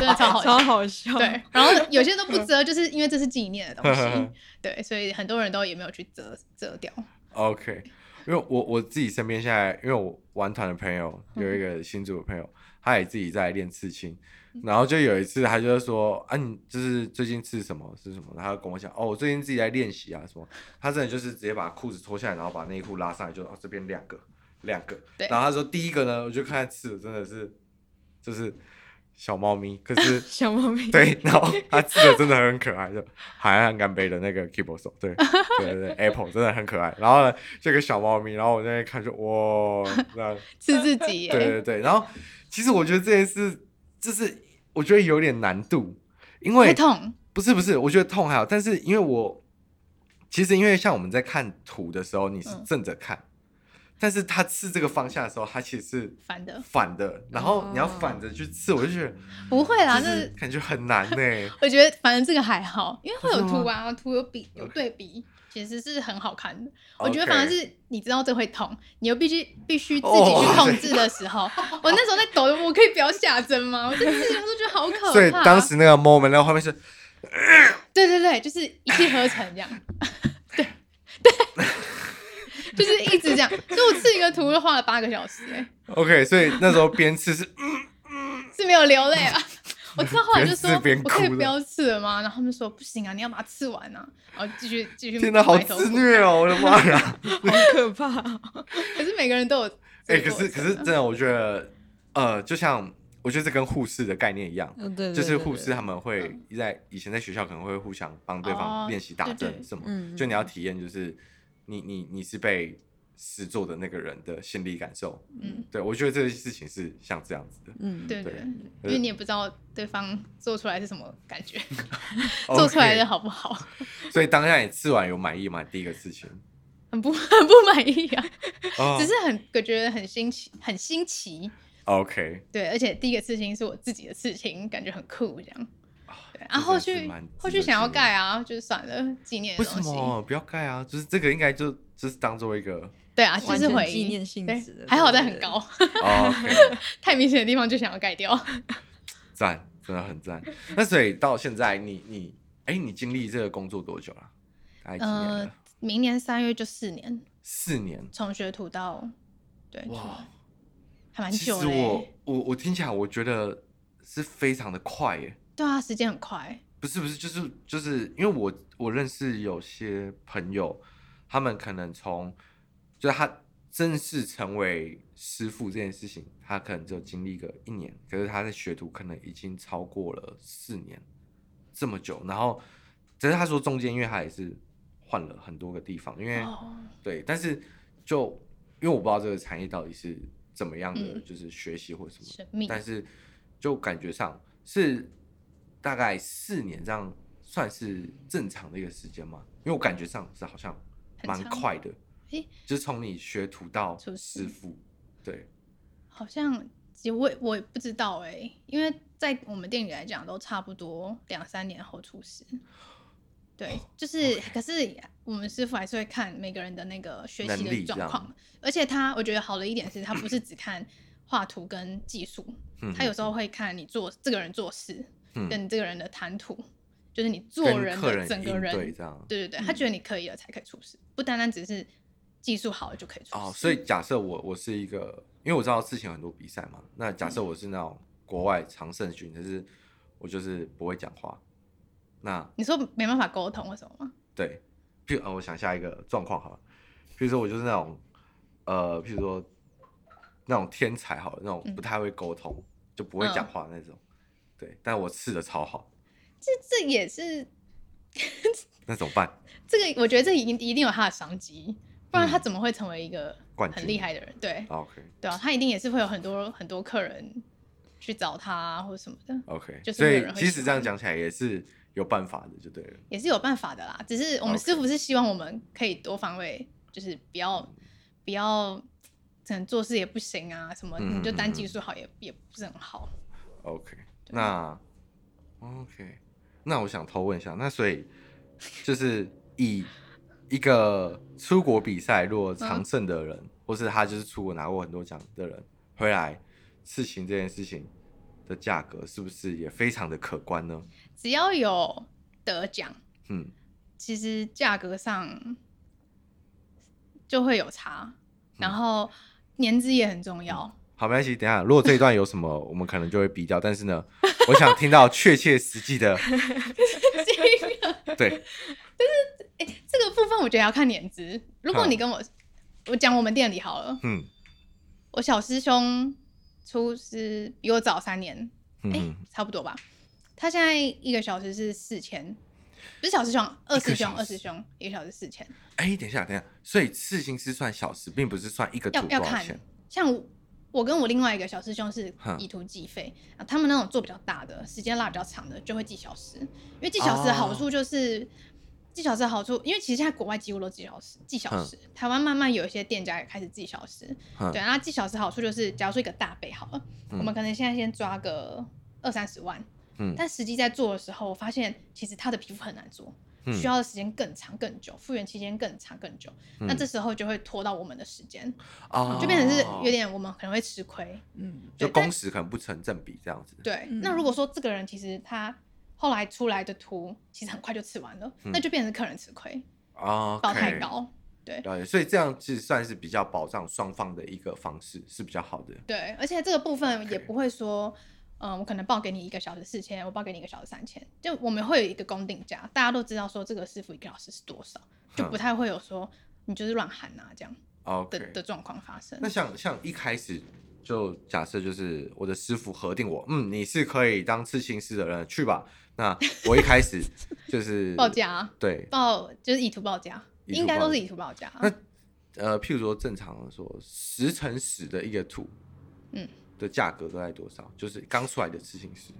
Speaker 3: 真的超好笑
Speaker 2: 超。好笑。
Speaker 3: 对，，然后有些都不遮，就是因为这是纪念的东西
Speaker 1: 嗯，
Speaker 3: 对，所以很多人都也没有去遮遮掉。
Speaker 1: OK，因为我我自己身边现在，因为我玩团的朋友有一个新组的朋友，他也自己在练刺青，然后就有一次他就说啊，你就是最近刺什么是什么，然后他就跟我讲哦，我最近自己在练习啊什么，他真的就是直接把裤子脱下来，然后把内裤拉上来，就哦这边两个两个，
Speaker 3: 对
Speaker 1: 然后他说第一个呢，我就看他刺的真的是就是小猫咪，可是。
Speaker 2: 小猫 咪。
Speaker 1: 对，然后他吃的真的很可爱，就海岸干杯的那个 keyboard 手， 对对对对，Apple 真的很可爱。然后呢，这个小猫咪，然后我在那边看就哇， 那
Speaker 3: 是自己耶，
Speaker 1: 对 对对。然后其实我觉得这件事就是我觉得有点难度，因为
Speaker 3: 会痛，
Speaker 1: 不是不是，我觉得痛还好，但是因为我其实因为像我们在看图的时候，你是
Speaker 3: 嗯
Speaker 1: 正着看，但是他刺这个方向的时候，他其实是
Speaker 3: 反的
Speaker 1: 反的，然后你要
Speaker 2: 哦
Speaker 1: 反着去刺，我就觉得
Speaker 3: 不会啦，
Speaker 1: 就
Speaker 3: 那
Speaker 1: 是感觉很难呢、
Speaker 3: 我觉得反正这个还好，因为会有
Speaker 1: 真的吗
Speaker 3: 图啊，图有比有
Speaker 1: OK
Speaker 3: 对比，其实是很好看的。我觉得反而
Speaker 1: OK
Speaker 3: 是你知道这会痛，你又必须必须自己
Speaker 1: 哦
Speaker 3: 去控制的时候，我那时候在抖，我可以不要下针吗？我真的是有时候觉得好可怕。
Speaker 1: 所以当时那个 moment 那个画面是
Speaker 3: 对对对，就是一气呵成这样， 对对， 就是一直这样。所以我刺一个图就花了八个小时、欸，
Speaker 1: OK，所以那时候边吃是
Speaker 3: 是没有流泪啊。我知道后来就说，
Speaker 1: 边吃边
Speaker 3: 我可以
Speaker 1: 哭的
Speaker 3: 不要刺了吗？然后他们说不行啊，你要把它刺完啊，然后继续继续
Speaker 1: 天哪，好
Speaker 3: 埋头苦
Speaker 1: 自虐哦！我的妈 呀！
Speaker 2: 好可怕哦。
Speaker 3: 可是每个人都有。
Speaker 1: 哎、可是可是真，的，我觉得呃，就像我觉得这跟护士的概念一样，
Speaker 2: 嗯，对，对
Speaker 1: 就是护。
Speaker 2: 对
Speaker 1: 士啊
Speaker 2: 对
Speaker 1: 他们会在以前在学校可能会互相帮对
Speaker 3: 嗯哦
Speaker 1: 方练习打
Speaker 3: 对对
Speaker 1: 针什么，
Speaker 2: 嗯
Speaker 1: 就你要体验就是你你你是被施做的那个人的心理感受。
Speaker 3: 嗯，
Speaker 1: 对，我觉得这件事情是像这样子的，
Speaker 2: 嗯，
Speaker 3: 对对
Speaker 1: 对
Speaker 3: 对，因 为你也不知道对方做出来是什么感觉，
Speaker 1: OK
Speaker 3: 做出来的好不好。
Speaker 1: 所以当下你吃完有满意吗？第一个事情，
Speaker 3: 很不很不满意啊，
Speaker 1: 哦
Speaker 3: 只是很我觉得很新奇，很新奇。
Speaker 1: 哦 OK，
Speaker 3: 对，而且第一个刺青是我自己的刺青，感觉很酷这样。对，
Speaker 1: 这
Speaker 3: 啊，后
Speaker 1: 真的是
Speaker 3: 续
Speaker 1: 蛮值得
Speaker 3: 后续想要
Speaker 1: 纪念
Speaker 3: 盖啊，就是算了，纪念
Speaker 1: 为
Speaker 3: 的
Speaker 1: 什
Speaker 3: 东西。
Speaker 1: 么不要盖啊？就是这个应该就就是当做一 个
Speaker 3: 对啊，就
Speaker 2: 完
Speaker 3: 是
Speaker 2: 全
Speaker 3: 回
Speaker 2: 纪
Speaker 3: 忆
Speaker 2: 念性
Speaker 3: 对
Speaker 2: 质的
Speaker 3: 还好
Speaker 2: 对
Speaker 3: 在
Speaker 2: 不
Speaker 3: 很
Speaker 2: 对
Speaker 3: 高，
Speaker 1: 哦 OK，
Speaker 3: 太明显的地方就想要盖掉。
Speaker 1: 赞，真的很赞。那所以到现在你你哎、你经历这个工作多久了？大概几年
Speaker 3: 呃
Speaker 1: 了？，
Speaker 3: 明年三月就四年，
Speaker 1: 四年。
Speaker 3: 从学徒到对，
Speaker 1: 哇，
Speaker 3: 还蛮
Speaker 1: 其实
Speaker 3: 久的
Speaker 1: 我
Speaker 3: 欸。
Speaker 1: 我我听起来我觉得是非常的快耶。
Speaker 3: 对啊，时间很快。
Speaker 1: 不是不是，就是就是因为我我认识有些朋友，他们可能从就是他正式成为师傅这件事情，他可能只有经历个一年，可是他的学徒可能已经超过了四年这么久。然后，只是他说中间，因为他也是换了很多个地方，因为、
Speaker 3: 哦，
Speaker 1: 对，但是就因为我不知道这个产业到底是怎么样的，
Speaker 3: 嗯
Speaker 1: 就是学习或什么的，
Speaker 3: 神秘。
Speaker 1: 但是就感觉上是大概四年这样算是正常的一个时间嘛？因为我感觉上是好像
Speaker 3: 很
Speaker 1: 蛮
Speaker 3: 长
Speaker 1: 快的，
Speaker 3: 诶
Speaker 1: 就是从你学徒到
Speaker 3: 厨师
Speaker 1: 师傅，对，
Speaker 3: 好像其实我也我也不知道哎、因为在我们店里来讲，都差不多两三年后出师。对，就是
Speaker 1: 哦
Speaker 3: 可是我们师傅还是会看每个人的那个学习
Speaker 1: 能力这
Speaker 3: 的状
Speaker 1: 样
Speaker 3: 况，而且他我觉得好的一点是，他不是只看画图跟技术，
Speaker 1: 嗯
Speaker 3: 他有时候会看你做这个人做事，
Speaker 1: 嗯
Speaker 3: 跟你这个人的谈吐，就是你做
Speaker 1: 跟
Speaker 3: 人
Speaker 1: 客
Speaker 3: 的
Speaker 1: 人
Speaker 3: 整个
Speaker 1: 应
Speaker 3: 人，
Speaker 1: 对这样。嗯
Speaker 3: 对对对，他觉得你可以了才可以出师，不单单只是技术好了就可以出师。
Speaker 1: 哦，所以假设我我是一个，因为我知道之前有很多比赛嘛，那假设我是那种国外常胜军，就是我就是不会讲话，那
Speaker 3: 你说没办法沟通或什么吗？
Speaker 1: 对，譬如、呃、我想下一个状况好了，譬如说我就是那种呃，譬如说那种天才好了，那种
Speaker 3: 嗯
Speaker 1: 不太会沟通，就不会讲
Speaker 3: 嗯
Speaker 1: 话那种，对，但我吃的超好，
Speaker 3: 这这也是
Speaker 1: 那怎么办？
Speaker 3: 这个我觉得这一定一定有他的商机，不然
Speaker 1: 嗯
Speaker 3: 他怎么会成为一个
Speaker 1: 冠军
Speaker 3: 很厉害的人？对
Speaker 1: 啊 OK
Speaker 3: 对啊，他一定也是会有很多很多客人去找他、啊、或者什么的，
Speaker 1: OK，
Speaker 3: 就是
Speaker 1: 所
Speaker 3: 没有
Speaker 1: 以
Speaker 3: 人会
Speaker 1: 即使
Speaker 3: 喜
Speaker 1: 这样
Speaker 3: 欢
Speaker 1: 讲起来也是有办法的，就对了。
Speaker 3: 也是有办法的啦。只是我们
Speaker 1: OK
Speaker 3: 师傅是希望我们可以多方位，就是不要不要可能做事也不行啊，什么
Speaker 1: 嗯
Speaker 3: 你就单技
Speaker 1: 嗯嗯
Speaker 3: 术好也也不是很好。
Speaker 1: OK，那 OK，那我想偷问一下，那所以就是以一个出国比赛如
Speaker 3: 嗯
Speaker 1: 果常胜的人，或是他就是出国拿过很多奖的人，回来刺青这件事情的价格是不是也非常的可观呢？
Speaker 3: 只要有得奖，
Speaker 1: 嗯
Speaker 3: 其实价格上就会有差，
Speaker 1: 嗯
Speaker 3: 然后年资也很重要。
Speaker 1: 好，没关系。等一下，如果这一段有什么，我们可能就会逼掉。但是呢，我想听到确切实际的嗯 对，
Speaker 3: 这个部分我觉得要看年资。如果
Speaker 1: 好
Speaker 3: 你跟我，我讲我们店里好了，
Speaker 1: 嗯
Speaker 3: 我小师兄出师比我早三年，
Speaker 1: 嗯
Speaker 3: 哎、
Speaker 1: 嗯，
Speaker 3: 差不多吧。他现在一个小时是四千，不是小师兄，二师兄，
Speaker 1: 一个小时
Speaker 3: 二师兄一个小时四千，
Speaker 1: 哎、等一下，等一下，所以刺青是算小时，并不是算一个图
Speaker 3: 要
Speaker 1: 多
Speaker 3: 要
Speaker 1: 少
Speaker 3: 看
Speaker 1: 钱。。
Speaker 3: 像我我跟我另外一个小师兄是
Speaker 1: 哼
Speaker 3: 以图计费啊，他们那种做比较大的、时间拉比较长的，就会计小时，因为计小时的好
Speaker 1: 哦
Speaker 3: 处就是。计小时的好处，因为其实现在国外几乎都计小时，计小时。台湾慢慢有一些店家也开始计小时，
Speaker 1: 嗯
Speaker 3: 对。那计小时好处就是，假如说一个大杯好了，
Speaker 1: 嗯
Speaker 3: 我们可能现在先抓个二三十万，
Speaker 1: 嗯
Speaker 3: 但实际在做的时候，发现其实他的皮肤很难做，
Speaker 1: 嗯
Speaker 3: 需要的时间更长更久，复原期间更长更久。那
Speaker 1: 嗯
Speaker 3: 这时候就会拖到我们的时间，
Speaker 1: 哦
Speaker 3: 就变成是有点我们可能会吃亏。
Speaker 2: 嗯，
Speaker 1: 就
Speaker 3: 对
Speaker 1: 工时可能不成正比这样子。
Speaker 3: 对，
Speaker 2: 嗯
Speaker 3: 那如果说这个人其实他后来出来的图其实很快就吃完了，
Speaker 1: 嗯
Speaker 3: 那就变成是客人吃亏，
Speaker 1: 啊，
Speaker 3: 报太。高。对
Speaker 1: 了解，所以这样是算是比较保障双方的一个方式，是比较好的。
Speaker 3: 对，而且这个部分
Speaker 1: OK
Speaker 3: 也不会说。嗯，我可能报给你一个小时四千，我报给你一个小时三千，就我们会有一个公定价，大家都知道说这个师傅一个小时是多少，就
Speaker 1: 嗯
Speaker 3: 不太会有说你就是乱喊啊这样的
Speaker 1: OK，
Speaker 3: 的状况发生。
Speaker 1: 那像像一开始就假设就是我的师傅核定我，嗯，你是可以当刺青师的人，去吧。那我一开始就是
Speaker 3: 报价啊，
Speaker 1: 对，
Speaker 3: 报就是以图报价，
Speaker 1: 以图
Speaker 3: 应该
Speaker 1: 报
Speaker 3: 都是
Speaker 1: 价
Speaker 3: 以图报价啊。
Speaker 1: 那呃，譬如说正常的说十乘十的一个图，
Speaker 3: 嗯，
Speaker 1: 的价格大概多少？就是刚出来的刺青师，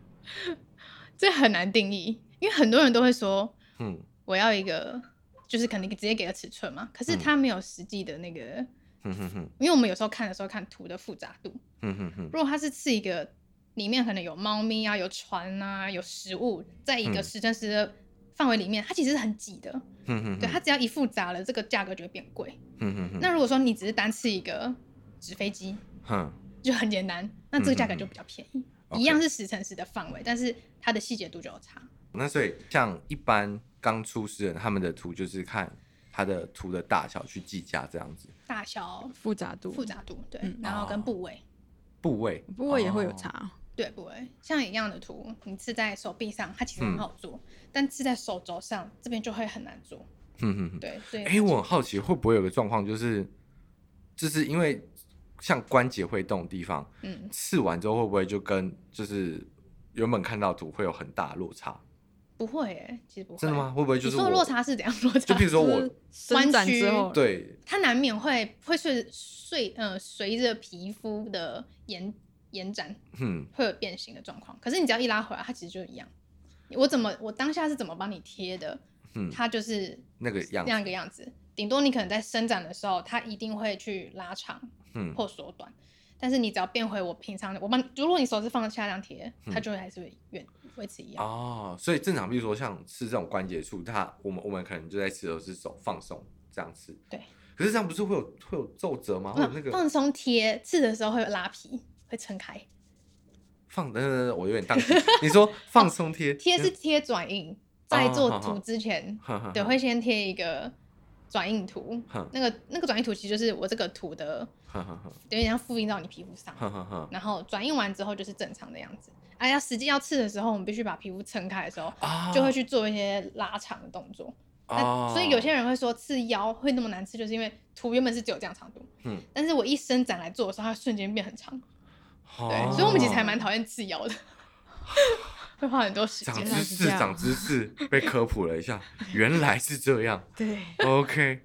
Speaker 3: 这很难定义，因为很多人都会说
Speaker 1: 嗯，
Speaker 3: 我要一个，就是可能直接给个尺寸嘛，可是它没有实际的那个，
Speaker 1: 哼哼哼
Speaker 3: 因为我们有时候看的时候看图的复杂度，
Speaker 1: 哼哼哼，
Speaker 3: 如果它是刺一个里面可能有猫咪啊、有船啊、有食物，在一个
Speaker 1: 嗯
Speaker 3: 十乘十的范围里面，它其实是很挤的。
Speaker 1: 哼哼，
Speaker 3: 对，它只要一复杂了，这个价格就会变贵。
Speaker 1: 哼哼哼，
Speaker 3: 那如果说你只是单刺一个纸飞机，
Speaker 1: 哼，
Speaker 3: 就很简单，那这个价
Speaker 1: 嗯
Speaker 3: 格
Speaker 1: 嗯嗯
Speaker 3: 就比较便宜。
Speaker 1: OK
Speaker 3: 一样是十乘十的范围，但是它的细节度就有差。
Speaker 1: 那所以像一般刚出师人，他们的图就是看它的图的大小去计价这样子，
Speaker 3: 大小、
Speaker 2: 复杂度
Speaker 3: 复杂度，对，
Speaker 2: 嗯
Speaker 3: 然后跟
Speaker 1: 哦
Speaker 3: 部位，
Speaker 1: 部位，
Speaker 2: 不过也会有
Speaker 1: 哦
Speaker 2: 差，哦、
Speaker 3: 对部位，像一样的图，你刺在手臂上，它其实很
Speaker 1: 嗯
Speaker 3: 好做，但刺在手肘上这边就会很难做。
Speaker 1: 哼哼哼。
Speaker 3: 对，所以
Speaker 1: 哎、我很好奇，会不会有个状况，就是就是因为像关节会动的地方，
Speaker 3: 嗯，
Speaker 1: 刺完之后会不会就跟就是原本看到图会有很大的落差？
Speaker 3: 不会诶，其实不会。
Speaker 1: 真的吗？？会不会就
Speaker 3: 你
Speaker 1: 是
Speaker 3: 说
Speaker 1: 我
Speaker 3: 的落？差是怎样落
Speaker 1: 就
Speaker 3: 差
Speaker 1: 譬？如说
Speaker 2: 就
Speaker 1: 我
Speaker 2: 是伸展
Speaker 3: 弯曲
Speaker 2: 之后，
Speaker 1: 对，
Speaker 3: 它难免会会随随呃随着皮肤的延延展
Speaker 1: 嗯，
Speaker 3: 会有变形的状况。可是你只要一拉回来，它其实就一样。我怎么我当下是怎么帮你贴的，
Speaker 1: 嗯
Speaker 3: 它就是
Speaker 1: 那个样
Speaker 3: 那样一个样子。顶多你可能在伸展的时候，它一定会去拉长
Speaker 1: 嗯
Speaker 3: 或缩短。但是你只要变回我平常的，我帮你如果你手是放下这样贴，
Speaker 1: 嗯
Speaker 3: 它就会还是会原维持一样。
Speaker 1: 哦，所以正常，比如说像吃这种关节处，它我们我们可能就在吃的是手放松这样吃，
Speaker 3: 对。嗯
Speaker 1: 可是这样不是会有会有皱褶吗？会哦有那个
Speaker 3: 放松贴刺的时候会拉皮，会撑开。
Speaker 1: 放等等等等，我有点宕机。你 说放松贴
Speaker 3: 贴是贴转印，
Speaker 1: 哦
Speaker 3: 在做图之前，对，
Speaker 1: 对
Speaker 3: 会先贴一个转印图
Speaker 1: 哼。
Speaker 3: 那个那个转印图其实就是我这个图的，
Speaker 1: 哼哼哼
Speaker 3: 有点像复印到你皮肤上，
Speaker 1: 哼哼哼
Speaker 3: 然后转印完之后就是正常的样子。哎、呀，实际要刺的时候，我们必须把皮肤撑开的时候，
Speaker 1: 啊，
Speaker 3: 就会去做一些拉长的动作。
Speaker 1: 哦
Speaker 3: 那所以有些人会说刺腰会那么难刺，就是因为图原本是只有这样长度，
Speaker 1: 嗯
Speaker 3: 但是我一伸展来做的时候，它瞬间变很长。
Speaker 1: 哦
Speaker 3: 对，所以我们其实还蛮讨厌刺腰的， 会花很多时
Speaker 1: 长
Speaker 3: 间。啊
Speaker 1: 知
Speaker 2: 是
Speaker 1: 识，
Speaker 2: 这样
Speaker 1: 长知识，被科普了一下，原来是这样。
Speaker 2: 对，
Speaker 1: OK，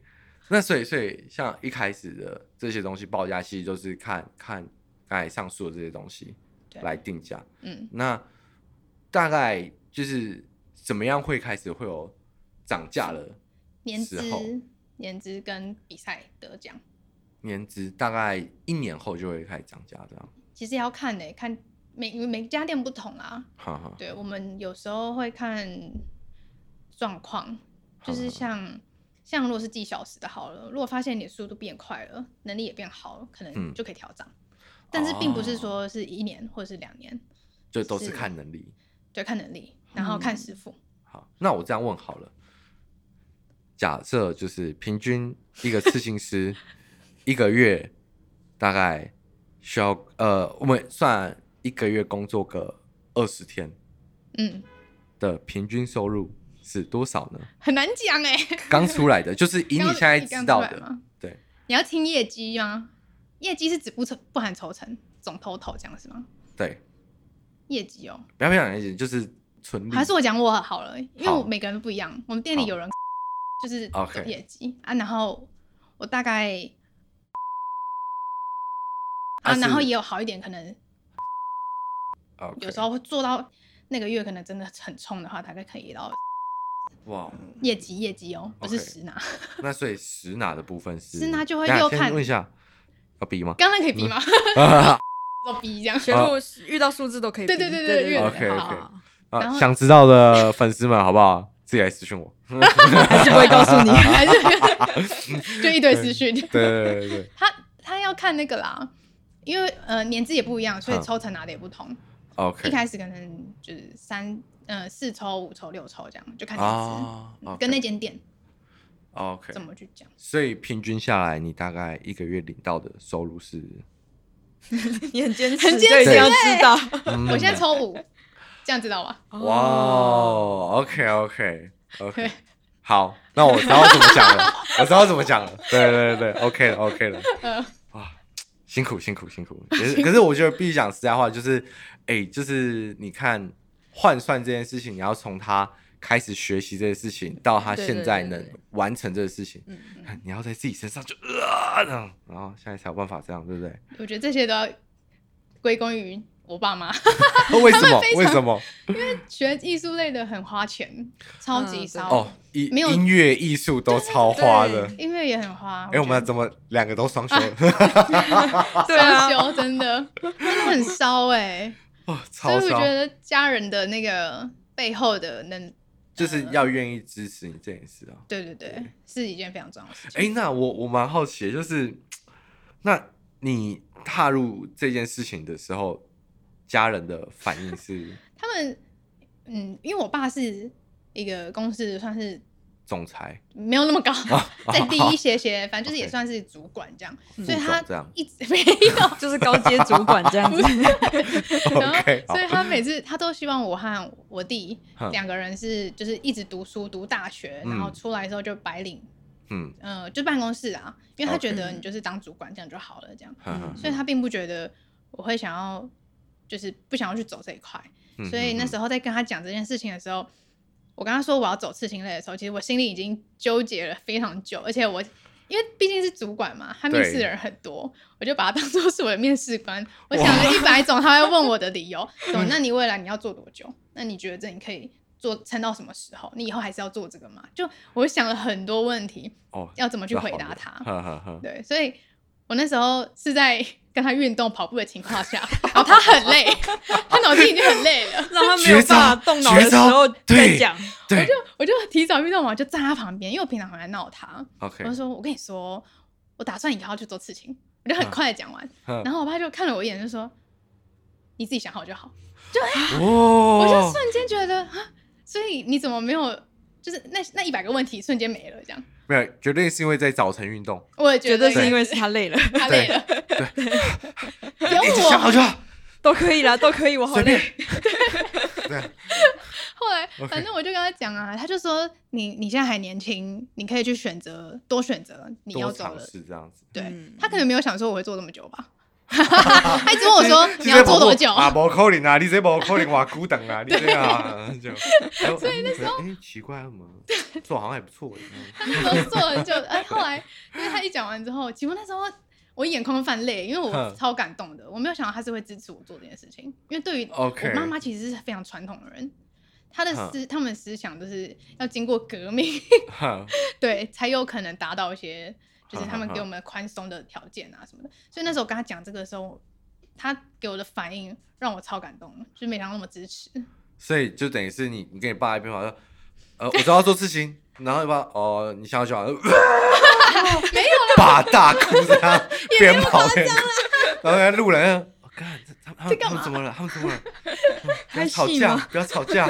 Speaker 1: 那 所以所以像一开始的这些东西报价，其实就是看看刚才上述的这些东西
Speaker 3: 对
Speaker 1: 来定价。
Speaker 3: 嗯，
Speaker 1: 那大概就是怎么样会开始会有涨价了？
Speaker 3: 年
Speaker 1: 时候
Speaker 3: 资、年资跟比赛得奖，
Speaker 1: 年资大概一年后就会开始涨价，这样。
Speaker 3: 其实也要看呢、看每每家店不同啊。
Speaker 1: 哈哈，
Speaker 3: 对，我们有时候会看状况，就是像像如果是计小时的好了，如果发现你的速度变快了，能力也变好了，可
Speaker 1: 嗯哦
Speaker 3: 能就可以调涨。但是并不是说是一年或者是两年，
Speaker 1: 就都是
Speaker 3: 是
Speaker 1: 看能力。
Speaker 3: 对，看能力，
Speaker 1: 嗯
Speaker 3: 然后看师傅。
Speaker 1: 好，那我这样问好了，假设就是平均一个刺青师一个月大概需要呃，我们算一个月工作个二十天
Speaker 3: 嗯，
Speaker 1: 的平均收入是多少呢？
Speaker 3: 很难讲哎、
Speaker 1: 刚出来的，就是以你
Speaker 3: 刚
Speaker 1: 现在
Speaker 3: 你刚
Speaker 1: 知道
Speaker 3: 出来
Speaker 1: 的
Speaker 3: 吗，
Speaker 1: 对，
Speaker 3: 你要听业绩吗？业绩是指不成不含抽成，总 total 这样是吗？
Speaker 1: 对，
Speaker 3: 业绩哦，
Speaker 1: 不要不要讲一点，就是纯利
Speaker 3: 还是我讲我好了，因为
Speaker 1: 好
Speaker 3: 我每个人都不一样。我们店里有人就是走
Speaker 1: OK
Speaker 3: 业绩啊，然后我大概
Speaker 1: 啊
Speaker 3: 啊，
Speaker 1: 是
Speaker 3: 然后也有好一点，可能
Speaker 1: OK
Speaker 3: 有时候会做到那个月可能真的很冲的话，大概可以到
Speaker 1: 哇，
Speaker 3: 业绩业绩哦，不是
Speaker 1: OK
Speaker 3: 实拿。
Speaker 1: 那所以实拿的部分是
Speaker 3: 实拿就会
Speaker 1: 等一下
Speaker 3: 又
Speaker 1: 先
Speaker 3: 看
Speaker 1: 问一下要比吗？
Speaker 3: 刚刚可以比吗？
Speaker 1: 嗯
Speaker 3: 都比这样。
Speaker 2: 全部遇到数字都可以比，
Speaker 3: 对对对
Speaker 2: 对
Speaker 3: 对
Speaker 1: 对对啊 OK，OK
Speaker 2: 好
Speaker 3: 然
Speaker 1: 啊，
Speaker 3: 后。
Speaker 1: 想知道的粉丝们好不好？自己来私讯我。
Speaker 2: 还是不会告诉你
Speaker 3: 还是 就一堆私讯。
Speaker 1: 对对对对
Speaker 3: 他他要看那个啦，因为呃年纪也不一样，
Speaker 1: 嗯
Speaker 3: 所以抽成拿的也不同。
Speaker 1: ，OK
Speaker 3: 一开始可能就是三呃四抽、五抽、六抽这样，就看年资，
Speaker 1: 啊
Speaker 3: 嗯跟那间店
Speaker 1: OK，
Speaker 3: 怎么去讲。
Speaker 1: 所以平均下来，你大概一个月领到的收入是，
Speaker 2: 你很坚持，
Speaker 3: 很坚持
Speaker 2: 对要知道。
Speaker 1: 嗯
Speaker 3: 我现在抽哦五，这样知道吧？
Speaker 1: 哇，OK
Speaker 2: 哦
Speaker 1: OK OK，好，那我知道怎么讲 了，我知道怎么讲了，对对对对，OK 了 OK 了，
Speaker 3: 呃，
Speaker 1: 辛苦辛苦辛苦，可是可是我觉得必须讲实在话，就是，哎、就是你看换算这件事情，你要从他开始学习这件事情，到他
Speaker 2: 对
Speaker 1: 现
Speaker 2: 对
Speaker 1: 在
Speaker 2: 对
Speaker 1: 能
Speaker 2: 对
Speaker 1: 完成这个事情，
Speaker 2: 嗯
Speaker 1: 你要在自己身上就呃啊、这样然后现在才有办法这样，对不对？
Speaker 3: 我觉得这些都要归功于我爸妈
Speaker 1: 为什么
Speaker 3: 非？常
Speaker 1: 为什么？
Speaker 3: 学艺术类的很花钱，超级
Speaker 2: 嗯
Speaker 3: 烧，
Speaker 1: 哦，音
Speaker 3: 没有
Speaker 1: 音乐艺术都超花的。
Speaker 3: 音乐也很花。
Speaker 1: 哎，我们
Speaker 3: 觉
Speaker 1: 怎么两个都双 修？
Speaker 3: 得
Speaker 2: 对啊
Speaker 3: 双休真的真的很烧哎，
Speaker 1: 哇，
Speaker 3: 所以
Speaker 1: 哦超
Speaker 3: 我
Speaker 1: 烧
Speaker 3: 觉，得家人的那个背后的能，
Speaker 1: 就是要愿意支持你这件事啊。
Speaker 3: 对对对，是一件非常重要的事情。
Speaker 1: 哎，那我我蛮好奇的，就是那你踏入这件事情的时候，家人的反应是
Speaker 3: 他们，嗯，因为我爸是一个公司算是
Speaker 1: 总 裁
Speaker 3: 没有那么高，
Speaker 1: 啊
Speaker 3: 再低一些些，反正就是也
Speaker 1: OK
Speaker 3: 算是主管这样，
Speaker 2: 嗯
Speaker 3: 所以
Speaker 1: 副
Speaker 3: 他
Speaker 1: 总这样
Speaker 3: 一直 没有，
Speaker 2: 就是高阶主管这样子。
Speaker 3: 然 后
Speaker 1: ？OK，好
Speaker 3: 所以他每次他都希望我和我弟
Speaker 1: 哼
Speaker 3: 两个人是就是一直读书读大学，
Speaker 1: 嗯
Speaker 3: 然后出来之后就白领，
Speaker 1: 嗯，
Speaker 3: 呃，就办公室啊，因为他
Speaker 1: OK
Speaker 3: 觉得你就是当主管这样就好了，这样，
Speaker 1: 哈哈
Speaker 3: 嗯所以他并不觉得我会想要，就是不想要去走这一块，
Speaker 1: 嗯
Speaker 3: 所以那时
Speaker 1: 候
Speaker 3: 候在跟他讲这件事情的时候，我跟他说我要走刺青类的时候，其实我心里已经纠结了非常久，而且我因为毕竟是主管嘛，他面试的人很多，我就把他当做是我的面试官，我想了一百种他会问我的 理由，什
Speaker 1: 嗯
Speaker 3: 么？那你未来你要做多久？那你觉得你可以做撑到什么时候？你以后还是要做这个吗？就我想了很多问题，
Speaker 1: 哦，
Speaker 3: 要怎么去
Speaker 1: 那
Speaker 3: 回
Speaker 1: 好
Speaker 3: 答
Speaker 1: 了
Speaker 3: 他？
Speaker 1: 呵呵呵
Speaker 3: 对，所以我那时候是在 跟他运动跑步的情 况下，然后他很累， 他脑筋已经很累了，
Speaker 2: 让他没有办法动脑的时候
Speaker 1: 绝招
Speaker 2: 再讲，
Speaker 1: 对
Speaker 3: 我就提早运动完就站他旁边，因为我平常很爱闹他，我
Speaker 1: ，OK，
Speaker 3: 就说：“我跟你说，我打算以后要去做刺青。”我
Speaker 1: 嗯
Speaker 3: 就很快的讲完，
Speaker 1: 然
Speaker 3: 然后我爸就看了我一眼，就说：“你自己想好就好。
Speaker 1: 哦，
Speaker 3: 我就瞬间觉得啊，所以你怎么没有？就是那那一百个问题瞬间没了，这样
Speaker 1: 没有，绝对是因为在早晨运动，
Speaker 3: 我也觉
Speaker 2: 绝
Speaker 3: 得
Speaker 2: 对是因为是他累了，
Speaker 3: 他累了， 有
Speaker 1: 一直想好
Speaker 3: 我。
Speaker 1: 就好，
Speaker 2: 都可以啦，都可以，
Speaker 3: 哦
Speaker 2: 我好
Speaker 1: 随便
Speaker 2: 累。，
Speaker 1: 对，
Speaker 3: 后来
Speaker 1: OK
Speaker 3: 反正我就跟他讲啊，他就说你你现在还年轻，你可以去选择多选择你要
Speaker 1: 多
Speaker 3: 走
Speaker 1: 尝
Speaker 3: 的
Speaker 1: 试这样子。
Speaker 3: 对、
Speaker 2: 嗯
Speaker 3: 他可能没有想说我会做这么久 吧，他一直问我说
Speaker 1: 其实
Speaker 3: 你要做多久？
Speaker 1: 啊，不可能啊，你这不可能哇，孤等 啊，你这样啊 就。所以那时候，哎，奇怪嘛，做好像还不 错。
Speaker 3: 他那时候做了很久，哎，后来因为他一讲完之后，其实我那时候我眼眶泛泪，因为我
Speaker 1: 哼
Speaker 3: 超感动的，我没有想到他是会支持我做这件事情，因为对于
Speaker 1: OK
Speaker 3: 我妈妈其实是非常传统的人。她的
Speaker 1: 哼
Speaker 3: 思，他们的思想就是要经过革命，
Speaker 1: 哈
Speaker 3: 对，才有可能达到一些，就是
Speaker 1: 哼
Speaker 3: 他们
Speaker 1: 哼
Speaker 3: 给我
Speaker 1: 哼
Speaker 3: 们宽松的条件啊什么的。所以那时候我跟他讲这个的时候，他给我的反应让我超感动，就是没想到那么支持。
Speaker 1: 所以就等于是你，你跟你爸一边玩，呃，我知道要做事情，然后你爸哦，你想要就 好，没有爸大哭这 样，边跑边哭，然后那路人。看他他们他们怎么了？他们怎 么了？不要吵架！不要吵架！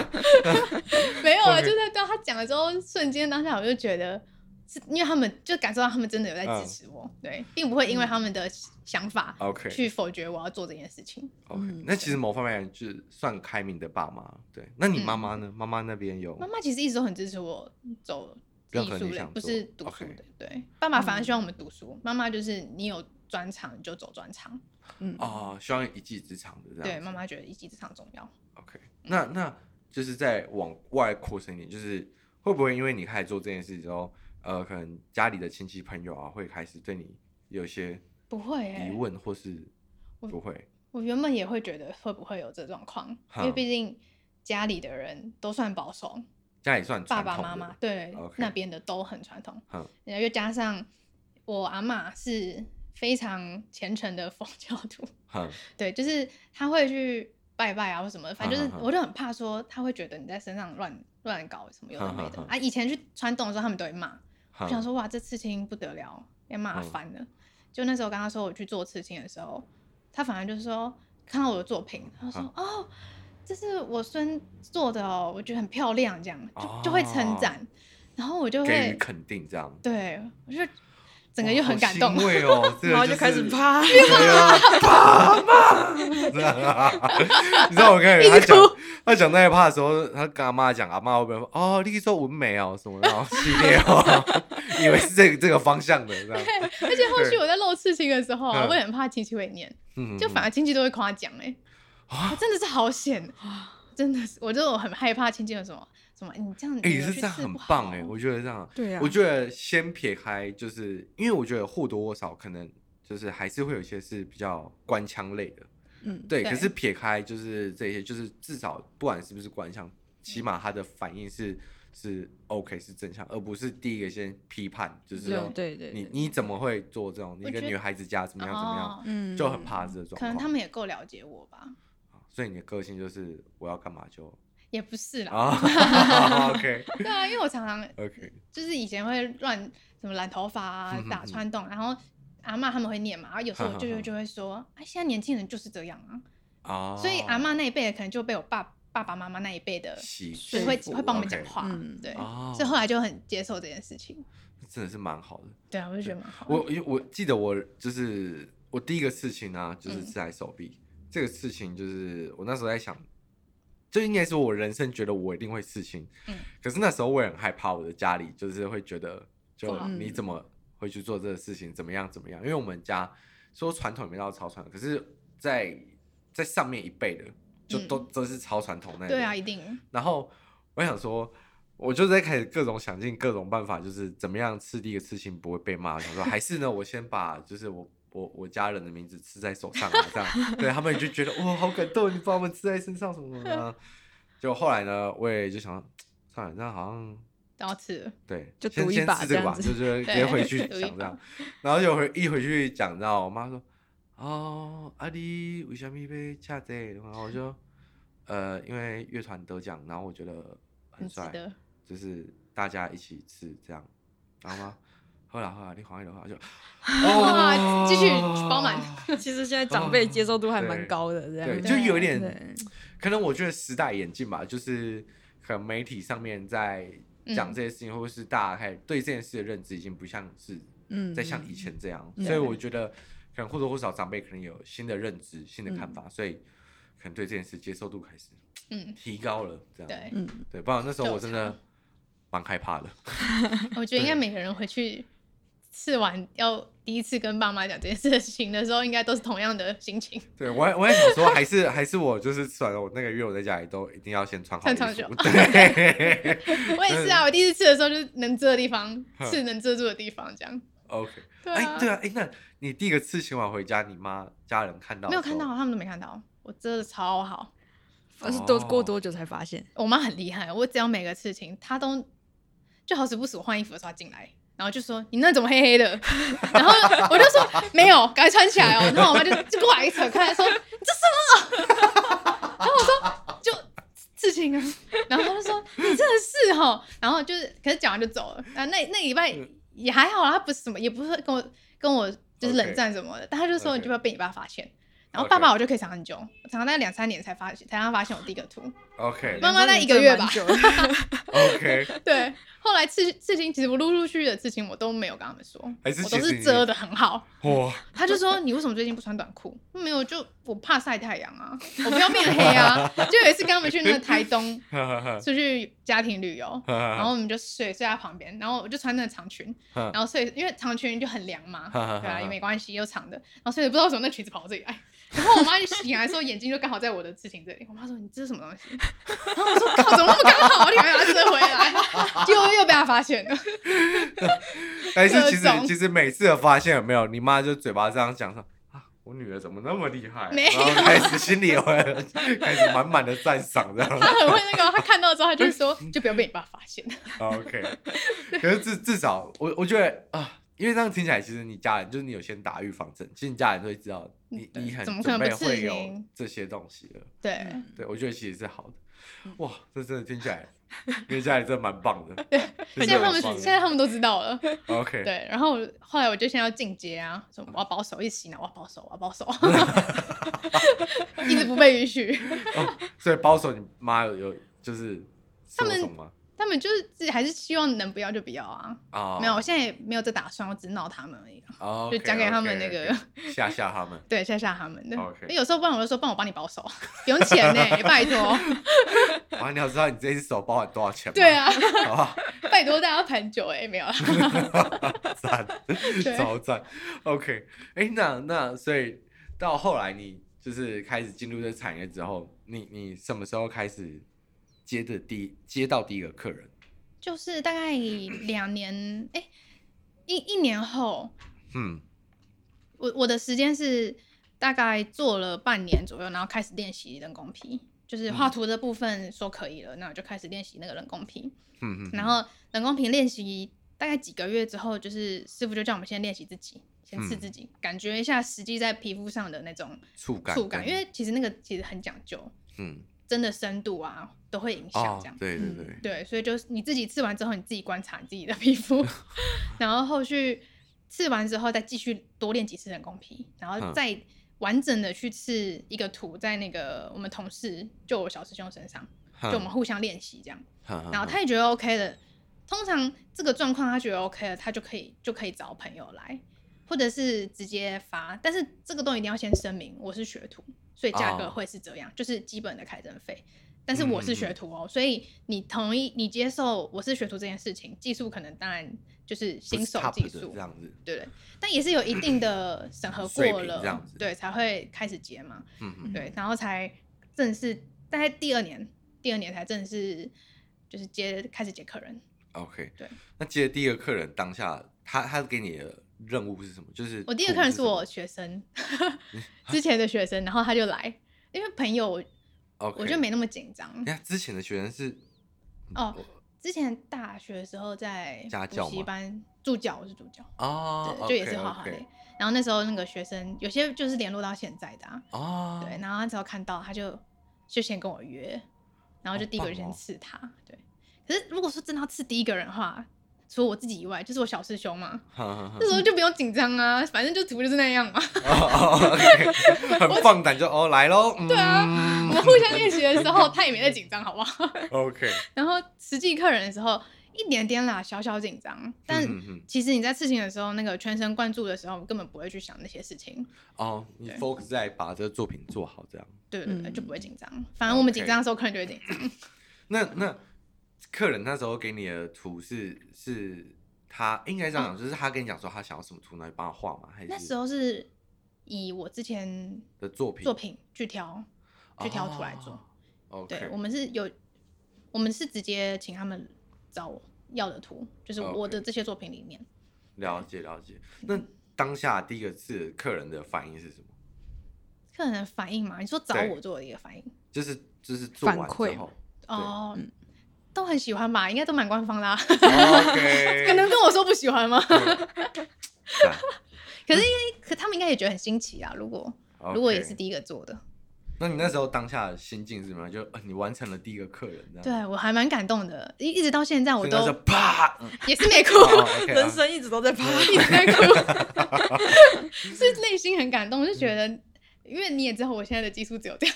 Speaker 3: 没有啊，
Speaker 1: OK
Speaker 3: 就在当他讲了之后，瞬间当下我就觉得，是因为他们就感受到他们真的有在支持我，对，并不会因为他们的想法
Speaker 1: 嗯 OK
Speaker 3: 去否决我要做这件事情。
Speaker 1: OK，、
Speaker 2: 嗯
Speaker 1: 那其实某方面就是算开明的爸妈，对。那你妈妈呢？妈妈那边有
Speaker 3: 妈妈其实一直都很支持我走
Speaker 1: 任
Speaker 3: 艺
Speaker 1: 何
Speaker 3: 术
Speaker 1: 你
Speaker 3: 类，
Speaker 1: 想
Speaker 3: 不
Speaker 1: 做
Speaker 3: 是读书
Speaker 1: OK
Speaker 3: 的。对，爸爸
Speaker 1: 嗯
Speaker 3: 反而希望我们读书，妈妈就是你有专长你就走专长。
Speaker 2: 嗯，
Speaker 1: 哦，希望有一技之长的这样。
Speaker 3: 对，妈。嗯妈觉得一技之长重要。
Speaker 1: OK，那那就是在往外扩深一点，就是会不会因为你开始做这件事之后，呃，可能家里的亲戚朋友啊会开始对你有一些
Speaker 3: 不会欸
Speaker 1: 疑问，或是
Speaker 3: 我
Speaker 1: 不会？
Speaker 3: 我原本也会觉得会不会有这状况，因为
Speaker 1: 哼
Speaker 3: 毕竟家里的人都算保守，
Speaker 1: 家里算
Speaker 3: 爸
Speaker 1: 传
Speaker 3: 爸
Speaker 1: 统
Speaker 3: 妈
Speaker 1: 的
Speaker 3: 妈对
Speaker 1: OK
Speaker 3: 那边的都很传统，
Speaker 1: 嗯
Speaker 3: 然后又加上我阿嬷是非常虔诚的佛教徒，
Speaker 1: 哼
Speaker 3: 对，就是他会去拜拜啊或什么的，反正就是
Speaker 1: 嗯嗯嗯
Speaker 3: 我就很怕说他会觉得你在身上乱乱搞什么有的没的
Speaker 1: 嗯嗯嗯
Speaker 3: 啊。以前去传统的时候他们都会骂，我
Speaker 1: 哼
Speaker 3: 想说哇这刺青不得了，要骂
Speaker 1: 嗯
Speaker 3: 翻了。就那时候跟他说我去做刺青的时候，他反而就是说看到我的作品，他说
Speaker 1: 嗯
Speaker 3: 哦。这是我孙做的哦，我觉得很漂亮，这样就就会称
Speaker 1: 哦
Speaker 3: 赞，然后我就
Speaker 1: 给予
Speaker 3: 会
Speaker 1: 肯定这样，
Speaker 3: 对我就整个
Speaker 1: 哇
Speaker 3: 就很
Speaker 1: 好
Speaker 3: 感动，
Speaker 1: 欣慰 哦，这个
Speaker 2: 然后就开始
Speaker 1: 是
Speaker 2: 啪，
Speaker 1: 对啊，爸妈，这样啊你知道我刚才
Speaker 3: 一直
Speaker 1: 他讲
Speaker 3: 哭
Speaker 1: 他讲那一趴的时候，他跟阿妈讲，阿妈会不会说哦，你说文美哦什么的哦系列哦，以为是这个这个方向的这样，
Speaker 3: 而且后续我在露刺青的时候啊，
Speaker 1: 嗯
Speaker 3: 我也很怕亲戚会念，
Speaker 1: 嗯
Speaker 3: 就反而亲戚都会夸奖哎，啊真的是好险，真的是，我就我很害怕亲戚有什么什么，你这样
Speaker 1: 哎、
Speaker 3: 女儿
Speaker 1: 是
Speaker 3: 去
Speaker 1: 这样
Speaker 3: 刺
Speaker 1: 很
Speaker 3: 不
Speaker 1: 棒
Speaker 3: 好哦啊
Speaker 1: 哎、我觉得这样，
Speaker 2: 对啊呀
Speaker 1: 我觉得先撇开，就是因为我觉得或多或少可能就是还是会有一些是比较官腔类的，
Speaker 2: 嗯，
Speaker 1: 对，
Speaker 3: 对
Speaker 1: 可是撇开就是这些，就是至少不管是不是官腔，起码他的反应是是 OK 是正向，而不是第一个先批判，就是
Speaker 2: 对
Speaker 1: 说
Speaker 2: 对对，
Speaker 1: 你
Speaker 2: 对
Speaker 1: 你怎么会做这种？你
Speaker 3: 我
Speaker 1: 跟
Speaker 3: 觉
Speaker 1: 女
Speaker 3: 得哦
Speaker 1: 孩子家怎么样怎么样，
Speaker 2: 嗯
Speaker 1: 就很怕这种状况。
Speaker 3: 可能他们也够了解我吧，
Speaker 1: 所以你的个性就是我要干嘛就
Speaker 3: 也不是 啦。
Speaker 1: 啊，OK
Speaker 3: 对啊，因为我常常
Speaker 1: OK，
Speaker 3: 就是以前会乱什么染头发啊
Speaker 1: 嗯、
Speaker 3: 打
Speaker 1: 嗯
Speaker 3: 穿洞，然后阿嬷他们会念嘛，然后有时候我
Speaker 1: 哈
Speaker 3: 舅
Speaker 1: 哈
Speaker 3: 舅
Speaker 1: 哈
Speaker 3: 就会说，啊，现在年轻人就是这样啊，
Speaker 1: 啊，
Speaker 3: 所以阿嬷那一辈的可能就被我爸爸爸妈妈那一辈的
Speaker 1: 洗
Speaker 3: 就
Speaker 2: 说
Speaker 3: 会
Speaker 2: 服
Speaker 3: 会帮我们
Speaker 1: OK
Speaker 3: 讲话
Speaker 2: 嗯，
Speaker 3: 对，
Speaker 1: 哦
Speaker 3: 所以后来就很接受这件事情。
Speaker 1: 真的是蛮好的。
Speaker 3: 对啊，我就觉得蛮好的。
Speaker 1: 我因为我记得我就是我第一个事情啊，就是
Speaker 3: 嗯
Speaker 1: 自来手臂、这个事情，就是我那时候在想，就应该是我人生觉得我一定会事情，
Speaker 3: 嗯
Speaker 1: 可是那时候我也很害怕，我的家里就是会觉得，就
Speaker 3: 不好
Speaker 1: 你怎么会去做这个事情，怎么样怎么样？因为我们家说传统也没到超传统，可是在在上面一辈的就都、都是超传统那一
Speaker 3: 嗯对
Speaker 1: 类
Speaker 3: 啊，一定。
Speaker 1: 然后我想说，我就在开始各种想尽各种办法，就是怎么样刺第一个刺青不会被骂。我想说，还是呢，我先把就是我我我家人的名字刺在手上啊，这样对他们就觉得哇好感动，你把我们刺在身上什么什么的啊。就后来呢，我也就想说，算了，那好像
Speaker 3: 都要吃了，
Speaker 1: 对，
Speaker 2: 就
Speaker 1: 先
Speaker 2: 赌一
Speaker 1: 先
Speaker 2: 把
Speaker 1: 吃这个
Speaker 2: 这样
Speaker 1: 吧，
Speaker 2: 子
Speaker 1: 就是
Speaker 3: 对
Speaker 1: 别回去
Speaker 3: 赌一
Speaker 1: 讲这
Speaker 3: 把
Speaker 1: 样，然后就回一回去讲到，我妈说，哦，阿、啊、你为什么被恰这个？然后我就，呃，因为乐团得奖，然后我觉得很
Speaker 3: 很嗯值
Speaker 1: 帅，
Speaker 3: 得。
Speaker 1: 就是大家一起吃这样，然后吗？后来后来你黄一的 话就，哦，
Speaker 3: 继续包满
Speaker 2: 其实现在长辈接受度还蛮高的，
Speaker 3: 啊
Speaker 2: 这样
Speaker 1: 对，
Speaker 2: 子
Speaker 1: 就有点
Speaker 2: 对
Speaker 1: 可能我觉得时代演进吧，就是可能媒体上面在讲
Speaker 3: 嗯
Speaker 1: 这些事情，或者是大家开始对这件事的认知已经不像是
Speaker 2: 嗯，
Speaker 1: 再像以前这样，
Speaker 2: 嗯
Speaker 1: 所以我觉得可能或多或少长辈可能有新的认知、新的看法，所以可能对这件事接受度开始
Speaker 3: 嗯，
Speaker 1: 提高了，这样
Speaker 3: 对，
Speaker 2: 嗯，
Speaker 1: 对，不然那时候我真
Speaker 3: 就有
Speaker 1: 的
Speaker 3: 差
Speaker 1: 蛮害 怕的。
Speaker 3: 我觉得应该每个人回去吃完要第一次跟爸妈讲这件事情的时候，应该都是同样的心情。
Speaker 1: 对，我也我也想说，还是还是我就是吃完了我那个月我在家里都一定要先穿好衣
Speaker 3: 穿
Speaker 1: 服
Speaker 3: 长，袖
Speaker 1: 对
Speaker 3: 我也是
Speaker 1: 嗯
Speaker 3: 啊，我第一次吃的时候就是能遮的地方是能遮住的地方，这样。
Speaker 1: ，OK，
Speaker 3: 对
Speaker 1: 哎、
Speaker 3: 啊，
Speaker 1: 对啊，哎、那你第一个刺青完回家，你妈家人看到
Speaker 3: 没有
Speaker 1: 的时
Speaker 3: 看
Speaker 1: 候
Speaker 3: 到，，啊他们都没看到，我遮的超好。
Speaker 2: 而是多
Speaker 1: 哦
Speaker 2: 过多久才发现？
Speaker 3: 我妈很厉害，我只要每个事情，她都就好死不死，我换衣服的时候她进来，然后就说你那怎么黑黑的？ 然后我就说没有，赶快穿起来哦。然后我妈就就过来扯开说你这什么？啊 然后我说就事情啊，然后她就说你真的是哦，然后就是可是讲完就走了。啊，那那礼拜
Speaker 1: 嗯
Speaker 3: 也还好啦，她不是什么，也不是跟我跟我就是冷战什么的但她就说
Speaker 1: OK
Speaker 3: 你就不要被你爸发现。然后
Speaker 1: OK
Speaker 3: 爸爸我就可以藏很久，我藏大概两三年才发现，才让他发现我第一个图。
Speaker 1: OK
Speaker 3: 妈妈那一个月吧
Speaker 2: 蛮久的
Speaker 1: 啊 OK，
Speaker 3: 对，后来刺刺青，其实我陆陆续续的刺青我都没有跟他们说，
Speaker 1: 还是
Speaker 3: 我都
Speaker 1: 其实
Speaker 3: 是
Speaker 1: 你
Speaker 3: 遮的很好。
Speaker 1: 哇，
Speaker 3: 他就 说：“你为什么最近不穿短裤？”没有，就我怕晒太阳啊，我不要变黑 啊。就有一次跟他们去那个台东
Speaker 1: 哈哈 哈
Speaker 3: 出去家庭旅 游，然
Speaker 1: 然
Speaker 3: 后我们就睡睡在旁边，然后我就穿那个长裙，然后睡，因为长裙就很凉嘛，对啊，也 没关系，又长的，然后睡着不知道为什么那裙子跑到这里来，然后我妈就醒来的时候眼睛就刚好在我的刺青这里，我妈说你这是什么东西？ 然后我说靠，怎么那么刚好？我立啊马把它折回来， 结果又被她发现了。
Speaker 1: 但是其实
Speaker 3: 各种
Speaker 1: 其实每次的发现有没有，你妈就嘴巴这样讲说啊，我女儿怎么那么厉害，
Speaker 3: 没
Speaker 1: 然后开始心里也会开始满满的赞赏这样。
Speaker 3: 她很会那个，她看到之后她就说就不要被你爸发现。
Speaker 1: OK，可是至至少我我觉得啊。因为这样听起来，其实你家人就是你有先打预防针，其实你家人都会知道你
Speaker 3: 嗯对
Speaker 1: 你很
Speaker 3: 怎么可
Speaker 1: 准
Speaker 3: 能
Speaker 1: 备
Speaker 3: 不
Speaker 1: 会
Speaker 3: 自
Speaker 1: 有
Speaker 3: 信
Speaker 1: 这些东西的。
Speaker 3: 对，
Speaker 1: 对，我觉得其实是好的。
Speaker 3: 嗯
Speaker 1: 哇，这真的听起来，你家里真的蛮棒的。现
Speaker 3: 现在他们现在他们都知道了。
Speaker 1: OK，
Speaker 3: 对，然后我后来我就现在要进阶啊，什么我要保守，一洗脑我要保守，我要保守， 一直不被允许。
Speaker 1: 哦，所以保守你妈有有就是
Speaker 3: 他
Speaker 1: 说
Speaker 3: 们
Speaker 1: 什么
Speaker 3: 他们就是自己还是希望能不要就不要啊。
Speaker 1: 啊？
Speaker 3: 没有，我现在也没有这打算，我只闹他们而已啊。
Speaker 1: 哦，
Speaker 3: 就讲给他们那个
Speaker 1: OK，OK，吓吓他们。
Speaker 3: 对，吓吓他们的。
Speaker 1: OK
Speaker 3: 有时候不然我就说，帮我帮你保守， 不用钱呢、拜托。
Speaker 1: 哇，你要知道你这一只手包含多少钱吗？
Speaker 3: 对，啊，
Speaker 1: 好不好？
Speaker 3: 拜托大家很久哎、没有啦。
Speaker 1: 赞，
Speaker 3: 对
Speaker 1: 超赞。OK，哎、那那所以到后来你就是开始进入这产业之后，你你什么时候开始接的第一接到第一个客人？
Speaker 3: 就是大概两年，哎、一一年后，
Speaker 1: 嗯，
Speaker 3: 我我的时间是大概做了半年左右，然后开始练习人工皮，就是画图的部分说可以了，那我就开始练习那个人工皮。
Speaker 1: 嗯嗯，
Speaker 3: 然后人工皮练习大概几个月之后，就是师傅就叫我们先练习自己，先试
Speaker 1: 嗯
Speaker 3: 自己，感觉一下实际在皮肤上的那种
Speaker 1: 触感
Speaker 3: 触感，
Speaker 1: 跟
Speaker 3: 因为其实那个其实很讲究，
Speaker 1: 嗯
Speaker 3: 真的深度啊都会影响
Speaker 1: 哦
Speaker 3: 这样。，
Speaker 1: 对对
Speaker 2: 嗯
Speaker 1: 对，
Speaker 3: 对，所以就是你自己刺完之后，你自己观察你自己的皮 肤，然后后续刺完之后再继续多练几次人工皮，然后
Speaker 1: 嗯
Speaker 3: 再完整的去刺一个图，在那个我们同事就我小师兄身上，就
Speaker 1: 嗯
Speaker 3: 我们互相练习这样，
Speaker 1: 哼，
Speaker 3: 然后他也觉得 OK
Speaker 1: 嗯
Speaker 3: 的。通常这个状况他觉得 OK 了，他就可以就可以找朋友来，或者是直接发。但是这个都一定要先声明我是学徒，所以价格
Speaker 1: 哦
Speaker 3: 会是这样，就是基本的开征费。但是
Speaker 1: 嗯
Speaker 3: 我
Speaker 1: 嗯
Speaker 3: 是
Speaker 1: 嗯
Speaker 3: 学徒哦，所以你同意你接受我是学徒这件事情，技术可能当然就是
Speaker 1: 不
Speaker 3: 新
Speaker 1: 是
Speaker 3: 手
Speaker 1: top
Speaker 3: 技
Speaker 1: 的
Speaker 3: 术
Speaker 1: 这，样子，嗯
Speaker 3: 对对，但也是有一定的审核
Speaker 1: 水
Speaker 3: 过
Speaker 1: 平这
Speaker 3: 了
Speaker 1: 样子，
Speaker 3: 对，才会开始结嘛。
Speaker 1: 嗯嗯，
Speaker 3: 对，然后才正式大概第二年，第二年才正式就是接开始接客人。
Speaker 1: OK，
Speaker 3: 对。
Speaker 1: 那接第一个客人当下，他他给你的任务是什么？就是
Speaker 3: 我第一个客人
Speaker 1: 图
Speaker 3: 是
Speaker 1: 什么嗯
Speaker 3: 我学生， 之前的学生，然后他就来，因为朋友我
Speaker 1: OK，
Speaker 3: 我就没那么紧张。
Speaker 1: 你看之前的学生是
Speaker 3: 哦，之前大学的时候在
Speaker 1: 家
Speaker 3: 补
Speaker 1: 教
Speaker 3: 习
Speaker 1: 吗
Speaker 3: 班助教，我是助教，
Speaker 1: 哦，
Speaker 3: 对，就也是画画
Speaker 1: OK，OK
Speaker 3: 类。然后那时候那个学生有些就是联络到现在的、啊，
Speaker 1: 哦，
Speaker 3: 对，然后他只要看到他就就先跟我约，然后就
Speaker 1: 好
Speaker 3: 第一个
Speaker 1: 棒
Speaker 3: 人先
Speaker 1: 哦
Speaker 3: 刺他，对。可是如果说真的要刺第一个人的话，除了我自己以外，就是我小师兄
Speaker 1: 嗯
Speaker 3: 嘛，
Speaker 1: 哼，哼
Speaker 3: 这时候就不用紧张啊，反正就图就是那样嘛。
Speaker 1: 哼哦哦，OK，很 放胆就哦来喽，对
Speaker 3: 我
Speaker 1: 啊
Speaker 3: 们互相练 习的时候，他也没在紧张，好不好？
Speaker 1: ，OK，
Speaker 3: 然后实际客人的时候，一点点啦，小小紧张，但
Speaker 1: 嗯嗯嗯
Speaker 3: 其实你在刺青的时候，那个全神贯注的时候，根本不会去想那些事情，
Speaker 1: 哦，你
Speaker 3: 对
Speaker 1: focus 在把这个作品做好这样。
Speaker 3: 对对对，
Speaker 2: 嗯
Speaker 3: 就不会紧张。反正我们紧
Speaker 1: OK
Speaker 3: 张的时候，客人就会紧张。
Speaker 1: 那那客人那时候给你的图是是他应该这样讲，就是他跟你讲说他想要什么图，然后你帮他画吗？还是
Speaker 3: 嗯那时候是以我之前
Speaker 1: 的作品
Speaker 3: 作品去挑，去挑出来做。
Speaker 1: 哦
Speaker 3: 对，我
Speaker 1: ，OK，
Speaker 3: 们是有，我们是直接请他们找我要的图，就是我的
Speaker 1: 哦 OK
Speaker 3: 这些作品里面。
Speaker 1: 了解了解。
Speaker 3: 嗯
Speaker 1: 那当下第一个是客人的反应是什么？
Speaker 3: 客人的反应嘛，你说找
Speaker 1: 对嗯
Speaker 3: 我做的一个反应
Speaker 1: 就是就是做完
Speaker 2: 反馈
Speaker 1: 之后
Speaker 3: 哦，都很喜欢吧，应该都蛮官方啦、
Speaker 1: ，OK，
Speaker 3: 可能跟我说不喜欢吗？
Speaker 1: 赞
Speaker 3: 可是因为可他们应该也觉得很新奇啊，如果如果也是
Speaker 1: OK 嗯
Speaker 3: 第一个做的，
Speaker 1: 那你那时候当下的心境是什么样？就呃你完成了第一个客人这样，
Speaker 3: 对我还蛮感动的，一一直到现在我
Speaker 1: 所以那时
Speaker 3: 都
Speaker 1: 候啪，嗯
Speaker 3: 也是没哭，
Speaker 1: 哦，OK，
Speaker 2: 人
Speaker 1: 啊
Speaker 2: 生一直都在爬。
Speaker 3: 一直在哭， 是内心很感动，就觉得。因为你也知道我现在的技术只有这样，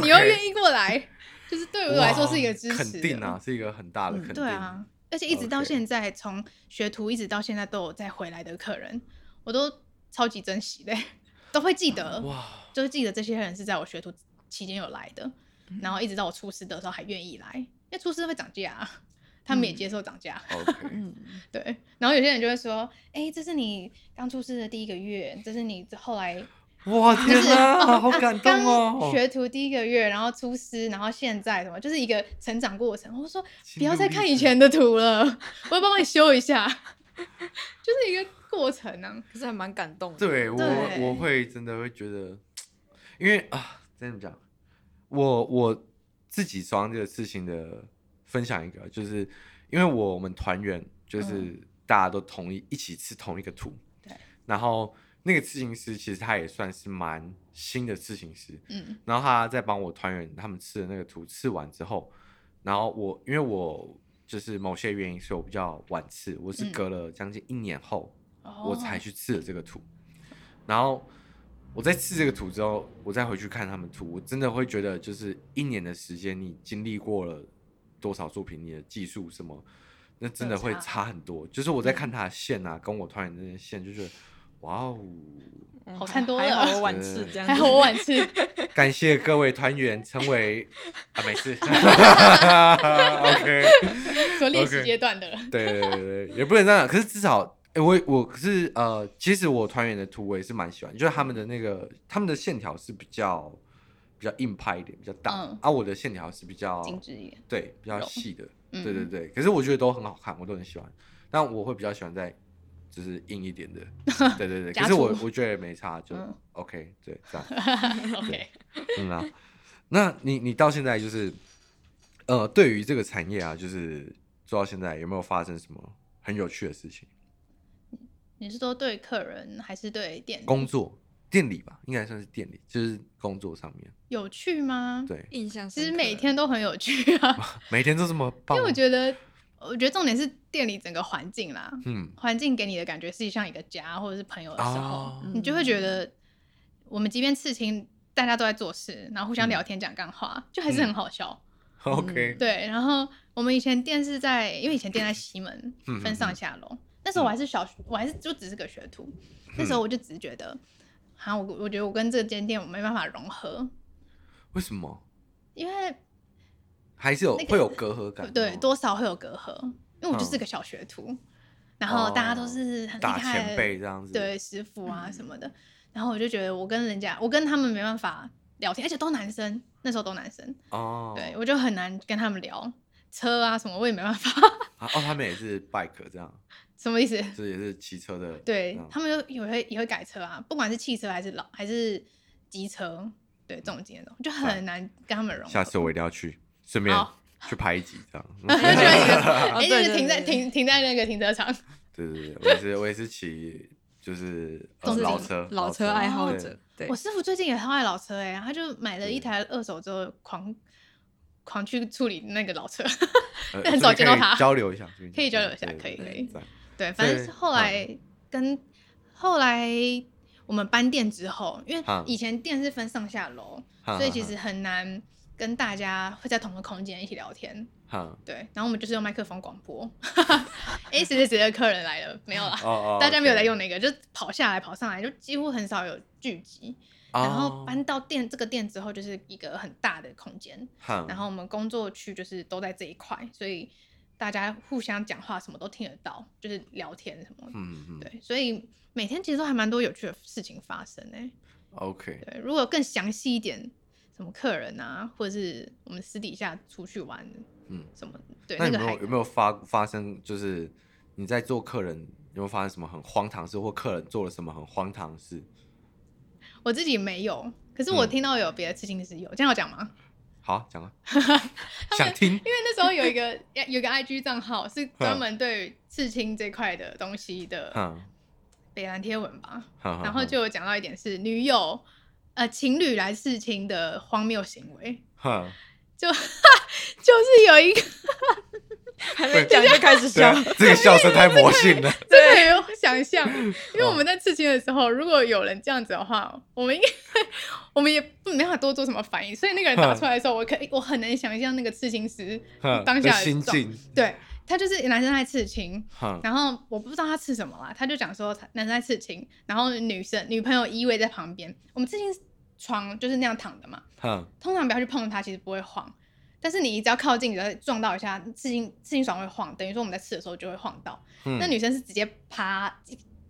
Speaker 3: 你又
Speaker 1: 啊 OK
Speaker 3: 愿意过来， 就是对我来说是一个
Speaker 1: 哇
Speaker 3: 支持。
Speaker 1: 肯定啊，，是一个很大的肯定。
Speaker 3: 对啊，，而且一直到
Speaker 1: OK
Speaker 3: 现在，从学徒一直到现在都有再回来的客人，我都超级珍惜的， 都会记得，
Speaker 1: 哇，
Speaker 3: 就是记得这些人是在我学徒期间有来的，
Speaker 1: 嗯
Speaker 3: 然后一直到我出师的时候还愿意来，因为出师会涨价、啊，他们也
Speaker 2: 嗯
Speaker 3: 接受涨价，
Speaker 1: OK，
Speaker 2: 嗯，
Speaker 3: 对。然后有些人就会说，哎、这是你刚出师的第一个月，这是你后来
Speaker 1: 哇
Speaker 3: 就
Speaker 1: 天
Speaker 3: 是
Speaker 1: 哪，
Speaker 3: 哦
Speaker 1: 好
Speaker 3: 啊
Speaker 1: 感动哦
Speaker 3: 刚！学徒第一个月，然后出师，然后现在什么，就是一个成长过程。我说
Speaker 1: 心
Speaker 3: 不要
Speaker 1: 路
Speaker 3: 再
Speaker 1: 历
Speaker 3: 看
Speaker 1: 程
Speaker 3: 以前的图了，我要帮你修一下，就是一个过程啊。
Speaker 2: 可是还蛮感动的。
Speaker 1: 对我
Speaker 3: 对
Speaker 1: 我会真的会觉得，因为啊，真的讲，我我自己装这个事情的分享一个，就是因为我们团员就是大家都同意一起吃同一个图，
Speaker 3: 嗯对
Speaker 1: 然后那个刺青师其实他也算是蛮新的刺青师，
Speaker 3: 嗯
Speaker 1: 然后他在帮我团员他们吃的那个图吃完之后，然后我因为我就是某些原因，所以我比较晚吃，我是
Speaker 3: 嗯
Speaker 1: 隔了将近一年后。
Speaker 3: 哦
Speaker 1: 我才去刺了这个图。然后我在刺这个图之后，我再回去看他们图，我真的会觉得，就是一年的时间，你经历过了多少作品，你的技术什么，那真的会
Speaker 3: 有差嗯
Speaker 1: 差很多。就是我在看他的线啊，跟我团员之间的线，就觉得哇哦，
Speaker 2: 嗯
Speaker 3: 好看多
Speaker 2: 还
Speaker 3: 了
Speaker 2: 好我晚吃这样子，
Speaker 3: 还好我晚吃，
Speaker 1: 感谢各位团员成 为啊，没事 ，OK。
Speaker 3: 所练习
Speaker 1: OK
Speaker 3: 阶段的了。
Speaker 1: 对对对，对，也不能这样。可是至少，诶我我可是呃，其实我团员的图我也是蛮喜欢，就是他们的那个他们的线条是比较比较硬派一点，比较大，
Speaker 3: 嗯
Speaker 1: 啊，我的线条是比较
Speaker 3: 精致一点，
Speaker 1: 对，比较
Speaker 3: 柔
Speaker 1: 细的，
Speaker 3: 嗯
Speaker 1: 对对对。可是我觉得都很好看，我都很喜欢，但我会比较喜欢在就是硬一 点的，对对对。可
Speaker 3: 加
Speaker 1: 是我
Speaker 3: 粗
Speaker 1: 我觉得也没差，就
Speaker 3: 嗯
Speaker 1: OK，对，这样。
Speaker 3: OK，
Speaker 1: 嗯啊，那你你到现在就是，呃，对于这个产业啊，就是做到现在有没有发生什么很有趣的事情？
Speaker 3: 你是说对客人还是对店
Speaker 1: 工作店里吧，应该算是店里，就是工作上面，
Speaker 3: 有趣吗？，
Speaker 1: 对，
Speaker 2: 印象
Speaker 3: 其
Speaker 2: 深
Speaker 3: 实
Speaker 2: 刻
Speaker 3: 每天都很有趣 啊，
Speaker 1: 每天都这么
Speaker 3: 嗯因
Speaker 1: 棒，
Speaker 3: 为我觉得，我觉得重点是店里整个环境啦，
Speaker 1: 嗯，
Speaker 3: 环境给你的感觉是像一个家或者是朋友的时候，嗯
Speaker 1: 哦
Speaker 3: 你就会觉得，我们即便刺青，大家都在做事，然后互相
Speaker 1: 嗯
Speaker 3: 聊天讲干话，就还是很好笑。
Speaker 1: ，OK，
Speaker 3: 对，然后我们以前店是在，因为以前店在西门
Speaker 1: 嗯嗯，嗯
Speaker 3: 分上下楼。那时候我还是小，学，我还是就只是个学徒。那时候我就只是觉得，好，我我觉得我跟这间店我没办法融合，
Speaker 1: 为什么
Speaker 3: 因为
Speaker 1: 还是有
Speaker 3: 那个
Speaker 1: 会有隔阂感？
Speaker 3: 对
Speaker 1: 哦
Speaker 3: 多少会有隔阂，因为我就
Speaker 1: 嗯
Speaker 3: 是
Speaker 1: 哦
Speaker 3: 个小学徒，然后大家都是很厉
Speaker 1: 大
Speaker 3: 害
Speaker 1: 前
Speaker 3: 的
Speaker 1: 辈这样子，
Speaker 3: 对师傅啊
Speaker 2: 嗯
Speaker 3: 什么的。然后我就觉得我跟人家，我跟他们没办法聊天，而且都男生，那时候都男生，
Speaker 1: 哦，
Speaker 3: 对我就很难跟他们聊车啊什么，我也没办法。
Speaker 1: 啊哦，他们也是 bike 这样，
Speaker 3: 什么意思？
Speaker 1: 这也是骑车的，
Speaker 3: 对
Speaker 1: 这
Speaker 2: 嗯
Speaker 1: 样
Speaker 3: 他们就也会也会改车啊，不管是汽车还是老还是机车，对重机那种，就
Speaker 1: 好
Speaker 3: 很难跟他们融合。
Speaker 1: 下次我一定要去，顺便
Speaker 3: 好
Speaker 1: 去拍一集这样。
Speaker 3: 就一个，
Speaker 2: 哦
Speaker 3: 哎，就
Speaker 2: 对
Speaker 3: 是
Speaker 2: 对
Speaker 3: 停在
Speaker 2: 对对
Speaker 3: 停停在那个停车场，
Speaker 1: 对对对，我也是我也是骑就是、呃、
Speaker 3: 重
Speaker 1: 老
Speaker 3: 机
Speaker 1: 车
Speaker 2: 老车爱好者，对嗯
Speaker 3: 我，师傅最近也超爱老车哎、他就买了一
Speaker 1: 对
Speaker 3: 台二手之后狂狂去处理那个老车，
Speaker 1: 对
Speaker 3: 很少见到他
Speaker 1: 呃可以交流一下，这边
Speaker 3: 可以交流一下
Speaker 1: 对对
Speaker 3: 可以
Speaker 1: 对
Speaker 3: 可以
Speaker 1: 赞
Speaker 3: 对，反正
Speaker 1: 对嗯
Speaker 3: 是后来跟后来我们搬店之后，因为
Speaker 1: 嗯
Speaker 3: 以前店是分上下楼，
Speaker 1: 哈
Speaker 3: 所以
Speaker 1: 哈
Speaker 3: 其
Speaker 1: 哈
Speaker 3: 实很难跟大家会在同一个空间一起聊天。
Speaker 1: 哈
Speaker 3: 对，然后我们就是用麦克风广播， 哎、谁谁谁的客人来了没有啦？
Speaker 1: 哦哦，
Speaker 3: 大家没有在用
Speaker 1: 那，
Speaker 3: 那个，就跑下来跑上来，就几乎很少有聚集。然
Speaker 1: 哦
Speaker 3: 后搬到店这个店之后，就是一个很大的空间，
Speaker 1: 哦，
Speaker 3: 然后我们工作区就是都在这一块，所以大家互相讲话什么都听得到，就是聊天什么的。
Speaker 1: 嗯嗯
Speaker 3: 对，所以每天其实都还蛮多有趣的事情发生诶、
Speaker 1: ，OK，
Speaker 3: 对，如果更详细一点，什么客人啊，或者是我们私底下出去玩，
Speaker 1: 嗯，
Speaker 3: 什么对
Speaker 1: 那
Speaker 3: 那
Speaker 1: 有
Speaker 3: 个
Speaker 1: 没
Speaker 3: 还
Speaker 1: 有有没有发发生就是你在做客人有没有发生什么很荒唐事，或客人做了什么很荒唐事？
Speaker 3: 我自己没有，可是我
Speaker 1: 嗯
Speaker 3: 听到有别的事情是有，这样要讲吗？
Speaker 1: 好，讲啊，想听
Speaker 3: 因为那时候有一个有一个 IG 账号是专门对刺青这块的东西的
Speaker 1: 嗯，
Speaker 3: 北兰贴文吧，
Speaker 1: 哈哈
Speaker 3: 然后就有讲到一点是女友呃情侣来刺青的荒谬行为，
Speaker 1: 哈，
Speaker 3: 就就是有一个
Speaker 2: 还没讲就开始
Speaker 1: 对
Speaker 2: 笑
Speaker 1: 啊，，这个笑声太魔性了，
Speaker 3: 真的有想象，因为我们在刺青的时候，如果有人这样子的话，我们应该 我们也不没办法多做什么反应，所以那个人打出来的时候，我可以我很能想象那个刺青师
Speaker 1: 哈
Speaker 3: 当下
Speaker 1: 的心
Speaker 3: 状
Speaker 1: 境，
Speaker 3: 对他就是男生在刺青，
Speaker 1: 哈，
Speaker 3: 然后我不知道他刺什么啦，他就讲说他男生在刺青，然后女生女朋友依偎在旁边，我们刺青床就是那样躺的嘛，
Speaker 1: 哈，
Speaker 3: 通常不要去碰它，其实不会晃。但是你只要靠近，只要撞到一下，刺青刺青床会晃，等于说我们在刺的时候就会晃到。
Speaker 1: 嗯
Speaker 3: 那女生是直接趴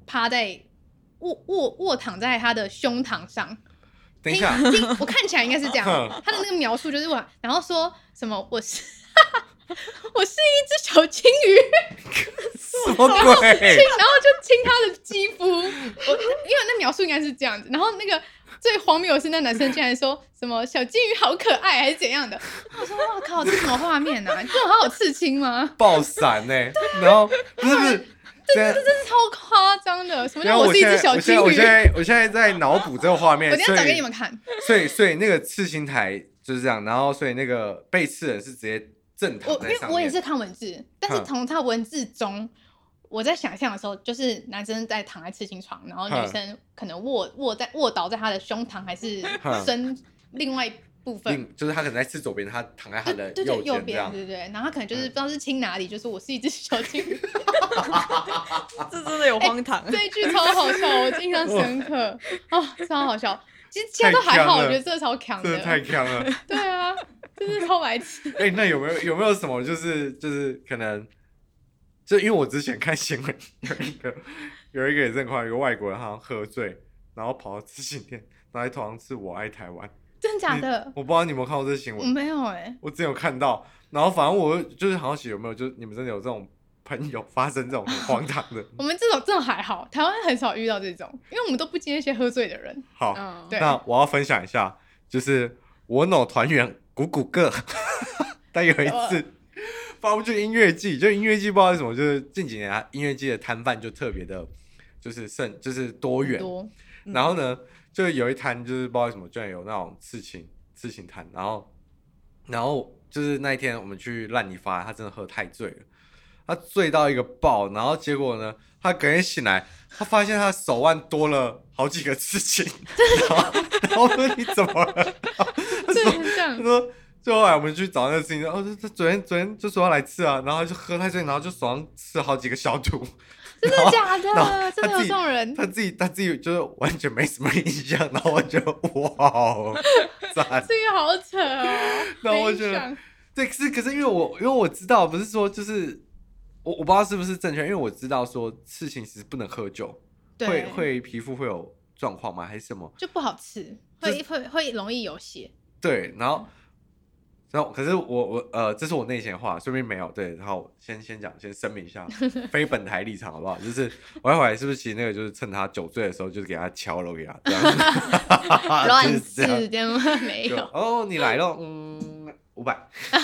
Speaker 3: 趴在卧卧卧躺在他的胸膛上，
Speaker 1: 等一下，
Speaker 3: 听听我看起来应该是这样
Speaker 1: 嗯，
Speaker 3: 他的那个描述就是我，然后说什么我是我是一只小金鱼，
Speaker 1: 什么鬼
Speaker 3: 亲？，然后就亲他的肌肤，我因为那描述应该是这样子，然后那个最荒谬的是那男生竟然说什么小金鱼好可爱还是怎样的，我说哇靠，这什么画面啊？这种还有刺青吗？
Speaker 1: 爆闪呢、然后不是不是，这
Speaker 3: 这真是超夸张的！什么
Speaker 1: 然
Speaker 3: 叫
Speaker 1: 后
Speaker 3: 是一
Speaker 1: 现
Speaker 3: 只
Speaker 1: 在
Speaker 3: 小
Speaker 1: 我
Speaker 3: 金
Speaker 1: 现
Speaker 3: 鱼？
Speaker 1: 在我现
Speaker 3: 我
Speaker 1: 在我现在在脑补这个画面，
Speaker 3: 等一
Speaker 1: 所
Speaker 3: 下
Speaker 1: 以
Speaker 3: 找给你们看。
Speaker 1: 所以所以那个刺青台就是这样，然后所以那个被刺人是直接正
Speaker 3: 我
Speaker 1: 躺在
Speaker 3: 因为
Speaker 1: 上面。
Speaker 3: 我也是看文字，但是
Speaker 1: 嗯
Speaker 3: 从他文字中，我在想象的时候，就是男生在躺在刺青床，然后女
Speaker 1: 嗯
Speaker 3: 生可能卧卧在卧倒在他的胸膛还是
Speaker 1: 嗯
Speaker 3: 身另外一部分。
Speaker 1: 另就是他可能在刺左边，他躺在他
Speaker 3: 对
Speaker 1: 的
Speaker 3: 对对，
Speaker 1: 肩
Speaker 3: 右
Speaker 1: 这
Speaker 3: 边
Speaker 1: 样嗯
Speaker 3: 对。对对，然后他可能就是不知道是亲哪里，就是我是一只小金 鱼，
Speaker 2: 这真的有荒唐，
Speaker 3: 这一句超好笑，我印象深 刻哦，超好笑。其实其他都
Speaker 1: 太
Speaker 3: 还好，
Speaker 1: 强
Speaker 3: 我
Speaker 1: 了
Speaker 3: 觉得这超强
Speaker 1: 真的太
Speaker 3: 的，
Speaker 1: 强了！
Speaker 3: 对啊，真是超白痴。
Speaker 1: 哎、那有没有有没有什么就是就是可能，就因为我之前看新闻有一个有一个也是很快，有一个外国人好像喝醉，然后跑到刺青店，然后在头上刺“我爱台湾
Speaker 3: 真”假的？
Speaker 1: 我不知道你有没有看过这个新
Speaker 3: 我
Speaker 1: 闻，
Speaker 3: 没有哎、
Speaker 1: 我之前有看到，然后反正我就是好像有没有，就是你们真的有这种朋友发生这种很荒唐的。
Speaker 3: 我们这种这种还好，台湾很少遇到这种，因为我们都不接那些喝醉的人。
Speaker 1: 好，
Speaker 2: 嗯，
Speaker 3: 对
Speaker 1: 那我要分享一下，就是我某团员谷谷个， 但有一次发不去音乐季，就音乐季不知道为什么，就是近几年啊，音乐季的摊贩就特别的，就是盛，就是多元。
Speaker 3: 多
Speaker 1: 然后呢，就有一摊就是不知道为什么，居然有那种刺青刺青摊，然后然后就是那一天我们去烂泥发，他真的喝太醉了，他醉到一个爆，然后结果呢，他隔天醒来，他发现他手腕多了好几个刺青，然后然后我说你怎么了？
Speaker 3: 对，这
Speaker 1: 他
Speaker 3: 样
Speaker 1: 说。最后来我们去找那个刺青，哦，这这昨天昨天就说要来刺啊，然后他就喝太醉，然后就手上刺好几个小图，
Speaker 3: 真的假
Speaker 1: 然后
Speaker 3: 的？真的有这 种人？
Speaker 1: 他自己他自己就是完全没什么印象，然后我觉得哇，哦赞！
Speaker 3: 这个好扯哦。
Speaker 1: 那我
Speaker 3: 没
Speaker 1: 觉得
Speaker 3: 印象
Speaker 1: 对，可是可是因为我因为我知道不是说就是我我不知道是不是正确，因为我知道说刺青其实不能喝酒，会
Speaker 3: 对
Speaker 1: 会皮肤会有状况吗？还是什么？
Speaker 3: 就不好吃，会会会容易有血。
Speaker 1: 对，然后然后可是我我呃，这是我内心的话，说明没有对。然后先先讲，先声明一下，非本台立场好不好？就是我一会儿是不是其实那个就是趁他酒醉的时候，就是给他敲了给他这样子， 啊就
Speaker 3: 乱
Speaker 1: 是这样
Speaker 3: 吃，这样没
Speaker 1: 就
Speaker 3: 有，
Speaker 1: 哦，你来了，嗯，五 百，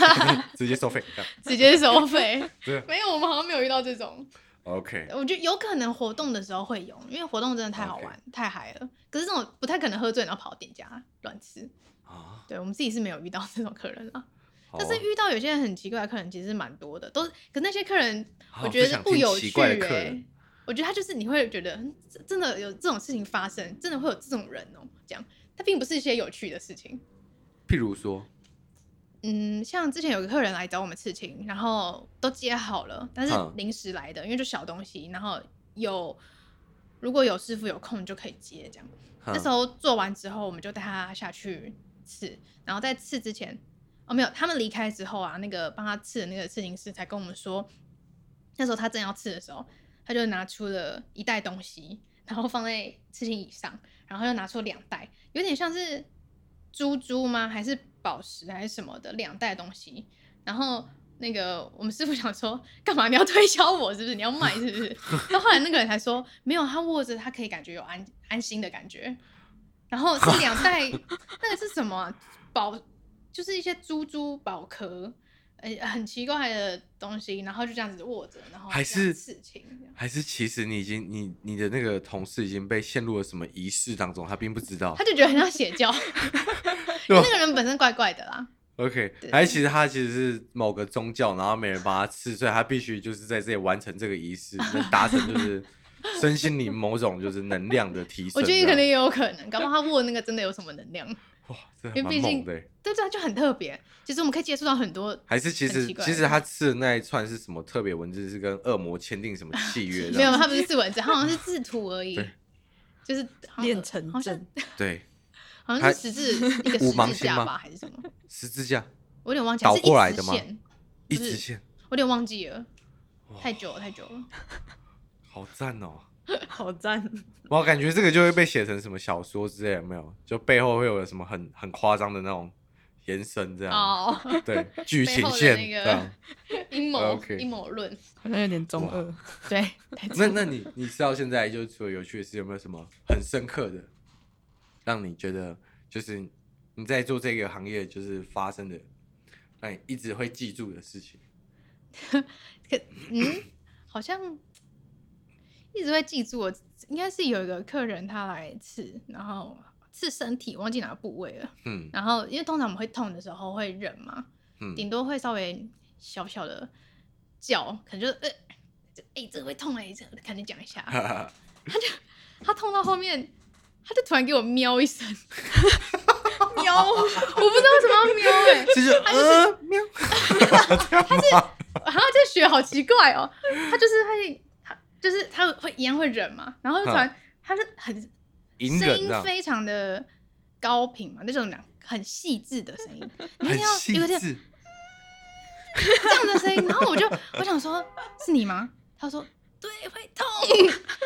Speaker 1: 直接收费。这样
Speaker 3: 直接收费
Speaker 1: 对。
Speaker 3: 没有，我们好像没有遇到这种。
Speaker 1: OK，啊
Speaker 3: 我觉得有可能活动的时候会有，因为活动真的太好玩太嗨了。可是这种不太可能喝醉然后跑到店家乱吃。
Speaker 1: 啊，
Speaker 3: 对我们自己是没有遇到这种客人啊，
Speaker 1: 好
Speaker 3: 但是
Speaker 1: 啊
Speaker 3: 遇到有些人很奇怪的客人其实蛮多的，都是可那些客人
Speaker 1: 好啊
Speaker 3: 我觉得是
Speaker 1: 想
Speaker 3: 不
Speaker 1: 听
Speaker 3: 有
Speaker 1: 奇
Speaker 3: 趣
Speaker 1: 怪的
Speaker 3: 哎、
Speaker 1: 客人
Speaker 3: 我觉得他就是你会觉得嗯这真的有这种事情发生，真的会有这种人哦、这样他并不是一些有趣的事情。
Speaker 1: 譬如说，
Speaker 3: 嗯，像之前有个客人来找我们刺青，然后都接好了，但是
Speaker 1: 嗯
Speaker 3: 临时来的，因为就小东西，然后有如果有师傅有空就可以接这样。那时
Speaker 1: 哼
Speaker 3: 候做完之后，我们就带他下去刺，然后在刺之前，哦没有，他们离开之后啊，那个帮他刺的那个刺青师才跟我们说，那时候他正要刺的时候，他就拿出了一袋东西，然后放在刺青椅上，然后又拿出两袋，有点像是珠珠吗？还是宝石还是什么的两袋东西，然后。那个我们师傅想说，干嘛你要推销我是不是？你要卖是不 是？然后后来那个人才说，没有，他握着他可以感觉有安安心的感觉。然后是两 袋，那个是什么啊、宝，就是一些珠珠宝壳，呃，很奇怪的东西。然后就这样子握着，然后
Speaker 1: 还
Speaker 3: 这样
Speaker 1: 是
Speaker 3: 刺青这样，
Speaker 1: 还是其实你已经你你的那个同事已经被陷入了什么仪式当中，他并不知道
Speaker 3: 他。就觉得很像邪 教。因为那个人本身怪怪的啦，
Speaker 1: OK，
Speaker 3: 对
Speaker 1: 还是其实他其实是某个宗教，然后没人帮他吃，所以他必须就是在这里完成这个仪式，能达成就是 身心灵某种就是啊能量的提升
Speaker 3: 我
Speaker 1: 这样。
Speaker 3: 觉得可能也有可能，搞不好他握那个真的有什么能量。
Speaker 1: 哇，这
Speaker 3: 因为
Speaker 1: 蛮
Speaker 3: 毕
Speaker 1: 猛
Speaker 3: 竟
Speaker 1: 的欸。
Speaker 3: 对对啊，就很特别。其实我们可以接触到很多
Speaker 1: 还是其
Speaker 3: 很
Speaker 1: 实
Speaker 3: 奇怪
Speaker 1: 其实他吃的那一串是什么特别文字？是跟恶魔签订什么契约的？啊
Speaker 3: 没有，他不是自文字，他好像是制图而已
Speaker 1: 对，
Speaker 3: 就是好像
Speaker 2: 练成
Speaker 3: 好像
Speaker 2: 真，
Speaker 1: 对，
Speaker 3: 好
Speaker 1: 还
Speaker 3: 像是十字一个
Speaker 1: 五
Speaker 3: 十
Speaker 1: 芒
Speaker 3: 字
Speaker 1: 星
Speaker 3: 架
Speaker 1: 吗
Speaker 3: 吧，还是什么？
Speaker 1: 十字架
Speaker 3: 我有点忘记了，
Speaker 1: 倒
Speaker 3: 是一
Speaker 1: 过来
Speaker 3: 直
Speaker 1: 的吗
Speaker 3: 线
Speaker 1: 一
Speaker 3: 不是
Speaker 1: 直线，
Speaker 3: 我有点忘记了
Speaker 1: 哇，
Speaker 3: 太久了，太久了。
Speaker 1: 好赞哦！
Speaker 2: 好赞，
Speaker 1: 我感觉这个就会被写成什么小说之类，有没有？就背后会有什么很很夸张的那种延伸，这样、
Speaker 3: 哦，
Speaker 1: 对剧
Speaker 3: 背
Speaker 1: 情
Speaker 3: 后的
Speaker 1: 线
Speaker 3: 那
Speaker 1: 这
Speaker 3: 个
Speaker 1: 样。
Speaker 3: 阴谋
Speaker 1: 哦 OK
Speaker 3: 阴谋 论，
Speaker 2: 好像有点中二。
Speaker 3: 对，
Speaker 1: 那那你你知道现在就是除了有趣的事，有没有什么很深刻的，让你觉得就是你在做这个行业就是发生的，让你一直会记住的事情？
Speaker 3: 可嗯，好像一直会记住我。应该是有一个客人他来刺，然后刺身体，忘记哪个部位了。
Speaker 1: 嗯
Speaker 3: 然后因为通常我们会痛的时候会忍嘛，
Speaker 1: 嗯，
Speaker 3: 顶多会稍微小小的叫，可能就是呃，就哎、这个会痛哎、这个赶紧讲一下。
Speaker 1: 哈哈
Speaker 3: 他痛到后面，他就突然给我喵一声，喵，我不知道为什么要喵哎、
Speaker 1: 就是呃喵，
Speaker 3: 然后这学好奇怪哦，他就是会，他就是他会一样会忍嘛，然后就突然他是很
Speaker 1: 隐
Speaker 3: 声
Speaker 1: 忍
Speaker 3: 音
Speaker 1: 这样，
Speaker 3: 非常的高频嘛，那种讲很细致 的声音，你会
Speaker 1: 很
Speaker 3: 听到
Speaker 1: 细
Speaker 3: 有点
Speaker 1: 致。
Speaker 3: 这样的声音，然后我就我想说，是你吗？他说对，会 痛。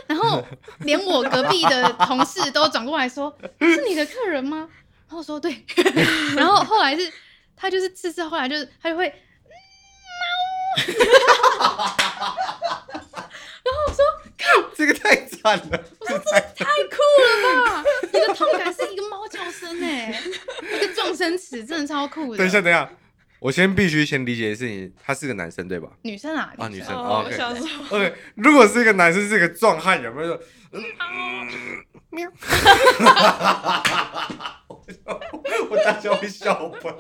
Speaker 3: 然后连我隔壁的同事都转过来说，是你的客人吗？然后我说对， 然后后来是他就是次次后来就是他就会。嗯喵
Speaker 1: 看了，是在
Speaker 3: 你的痛感是一个猫叫声哎、一个撞声词，真的超酷的。
Speaker 1: 等一下，等一下，我先必须先理解的事情，他是个男生对 吧？
Speaker 3: 女生啊，
Speaker 1: 啊女生
Speaker 2: 哦，
Speaker 1: OK
Speaker 2: 我想说，
Speaker 1: OK，如果是一个男生，是一个壮汉，有没有？嗯， 喵， 我大家会笑喷，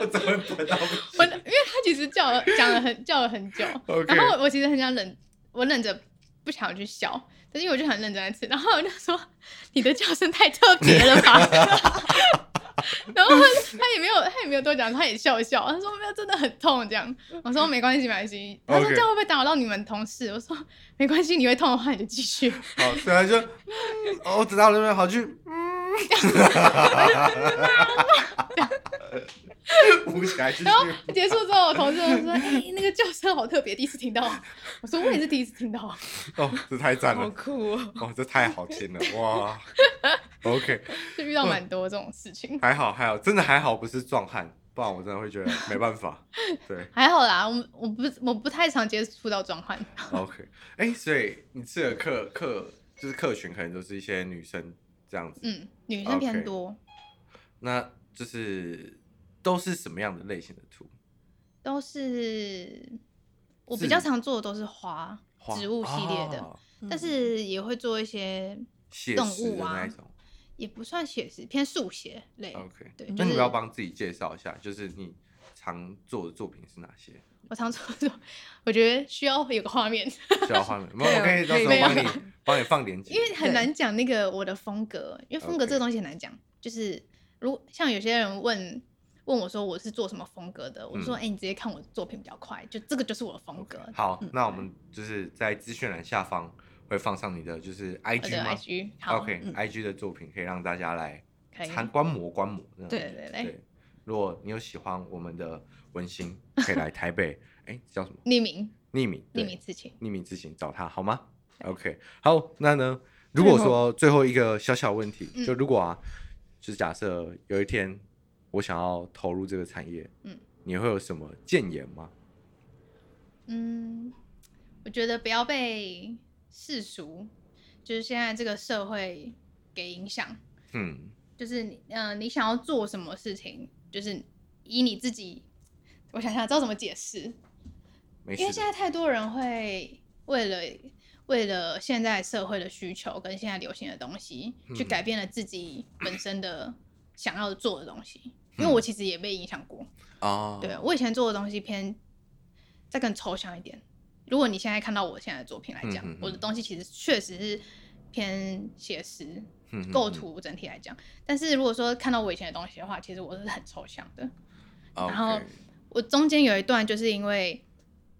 Speaker 1: 我怎么喷到不
Speaker 3: 我
Speaker 1: 行？
Speaker 3: 因为他其实叫了讲了很叫了很久
Speaker 1: OK
Speaker 3: 然后我其实很想忍，我忍着不想去笑，但是因为我就很认真在吃，然后我就说你的叫声太特别了 吧，然后他也没有他也没有多讲，他也笑一笑，他说没有真的很痛这样，我说没关系没关系，他说
Speaker 1: OK
Speaker 3: 这样会不会打扰到你们同事？我说没关系，你会痛的话你就继续，
Speaker 1: 好，所以他就，嗯哦，我知道了，好去，嗯， 舞起来继续
Speaker 3: 然。后结束之后我同事就说哎、那个叫声好特别，第一次听到，我说我也是第一次听到，
Speaker 1: 哦，这太赞
Speaker 2: 好
Speaker 1: 了，
Speaker 2: 酷哦！
Speaker 1: 哦，这太好听了，哇！OK，
Speaker 3: 就遇到蛮多这种事情。
Speaker 1: 还好还好，真的还好，不是壮汉，不然我真的会觉得没办法。对
Speaker 3: 还好啦，我我不我不太常接触到壮汉，
Speaker 1: ，OK，哎、所以你吃的客客就是客群，可能都是一些女生这样子，
Speaker 3: 嗯，女生
Speaker 1: OK
Speaker 3: 偏多
Speaker 1: 那就是都是什么样的类型的图？
Speaker 3: 都是我
Speaker 1: 是
Speaker 3: 比较常做的都是花
Speaker 1: 花
Speaker 3: 植物系列的，
Speaker 1: 哦
Speaker 3: 但是也会做一些
Speaker 1: 写
Speaker 3: 动
Speaker 1: 实的
Speaker 3: 物啊
Speaker 1: 那一种。
Speaker 3: 也不算写实，偏速写类。
Speaker 1: OK，
Speaker 3: 对，
Speaker 1: 那
Speaker 3: 就
Speaker 1: 你
Speaker 3: 是
Speaker 1: 不要帮自己介绍一下，就是你常做的作品是哪些？
Speaker 3: 我常做这种，我觉得需要有个画面，
Speaker 1: 需要画 面吗，
Speaker 2: 对
Speaker 1: 我可以到时候
Speaker 2: 可以
Speaker 1: 帮你帮你放链接
Speaker 3: 因。为很
Speaker 2: 对
Speaker 3: 难讲那个我的风格，因为风格
Speaker 1: OK
Speaker 3: 这个东西很难讲。就是如像有些人问问我说我是做什么风格的，我就说
Speaker 1: 嗯
Speaker 3: 哎、你直接看我的作品比较快，就这个就是我的风格。
Speaker 1: 好，那我
Speaker 3: 嗯
Speaker 1: 们就是在资讯栏下方会放上你的就是
Speaker 3: 我
Speaker 1: IG
Speaker 3: 的
Speaker 1: 吗
Speaker 3: IG 好嗯
Speaker 1: ？OK，IG 的作品可以让大家来
Speaker 3: 可以
Speaker 1: 参观摩观摩。这样
Speaker 2: 对
Speaker 3: 对对哎对
Speaker 1: 对，如果你有喜欢我们的文心，可以来台北，哎，叫什么？
Speaker 3: 匿名
Speaker 1: 匿名，对
Speaker 3: 匿名事情。
Speaker 1: 匿名咨询找他好吗？OK，好，那呢，如果说最后一个小小问题，
Speaker 3: 嗯
Speaker 1: 就如果啊，就是假设有一天我想要投入这个产业，
Speaker 3: 嗯，
Speaker 1: 你会有什么建言吗？
Speaker 3: 嗯，我觉得不要被世俗，就是现在这个社会给影响。
Speaker 1: 嗯，
Speaker 3: 就是你，呃，你想要做什么事情，就是以你自己，我想想，知道怎么解释？
Speaker 1: 没
Speaker 3: 因
Speaker 1: 事
Speaker 3: 为现
Speaker 1: 的，
Speaker 3: 在太多人会为了为了现在社会的需求跟现在流行的东西，去
Speaker 1: 嗯
Speaker 3: 改变了自己本身的想要做的东西。因为我其实也被影响过，
Speaker 1: 哦，
Speaker 3: 对我以前做的东西偏再更抽象一点。如果你现在看到我现在的作品来讲，
Speaker 1: 嗯嗯嗯
Speaker 3: 我的东西其实确实是偏写实
Speaker 1: 嗯，
Speaker 3: 构图整体来讲。但是如果说看到我以前的东西的话，其实我是很抽象的。
Speaker 1: 嗯，
Speaker 3: 然后
Speaker 1: OK
Speaker 3: 我中间有一段就是因为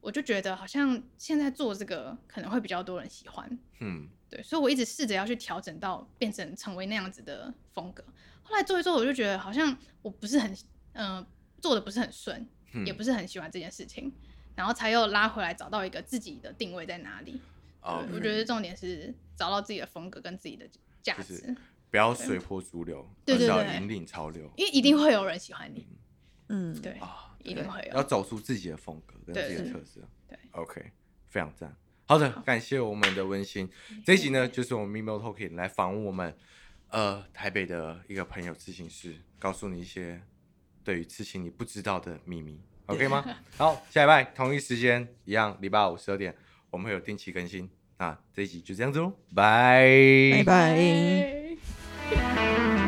Speaker 3: 我就觉得好像现在做这个可能会比较多人喜欢，
Speaker 1: 嗯，
Speaker 3: 对，所以我一直试着要去调整到变成成为那样子的风格。后来做一做，我就觉得好像我不是很，呃，做的不是很顺，
Speaker 1: 嗯
Speaker 3: 也不是很喜欢这件事情，然后才又拉回来找到一个自己的定位在哪里。对
Speaker 1: 哦，
Speaker 3: 我觉得重点是找到自己的风格跟自己的价
Speaker 1: 就
Speaker 3: 值，
Speaker 1: 是不要随波逐流，
Speaker 3: 对
Speaker 1: 而是
Speaker 3: 对
Speaker 1: 要
Speaker 3: 对
Speaker 1: 引领潮流
Speaker 3: 因为一定会有人喜欢你，
Speaker 2: 嗯，
Speaker 3: 对，
Speaker 1: 啊，
Speaker 3: 一定会有
Speaker 1: 要走出自己的风格跟
Speaker 3: 对
Speaker 1: 自己的
Speaker 2: 对
Speaker 1: 特色。
Speaker 3: 对
Speaker 1: OK，非常赞。好的，感谢我们的温馨。这一集呢，就是我们 Mimo Talking 来访问我们呃台北的一个朋友刺青师，告诉你一些对于刺青你不知道的秘密，OK 吗？ 好，下礼拜同一时间一样，礼拜五十二点我们会有定期更新。那这一集就这样子喽，拜
Speaker 2: 拜拜。
Speaker 3: 哎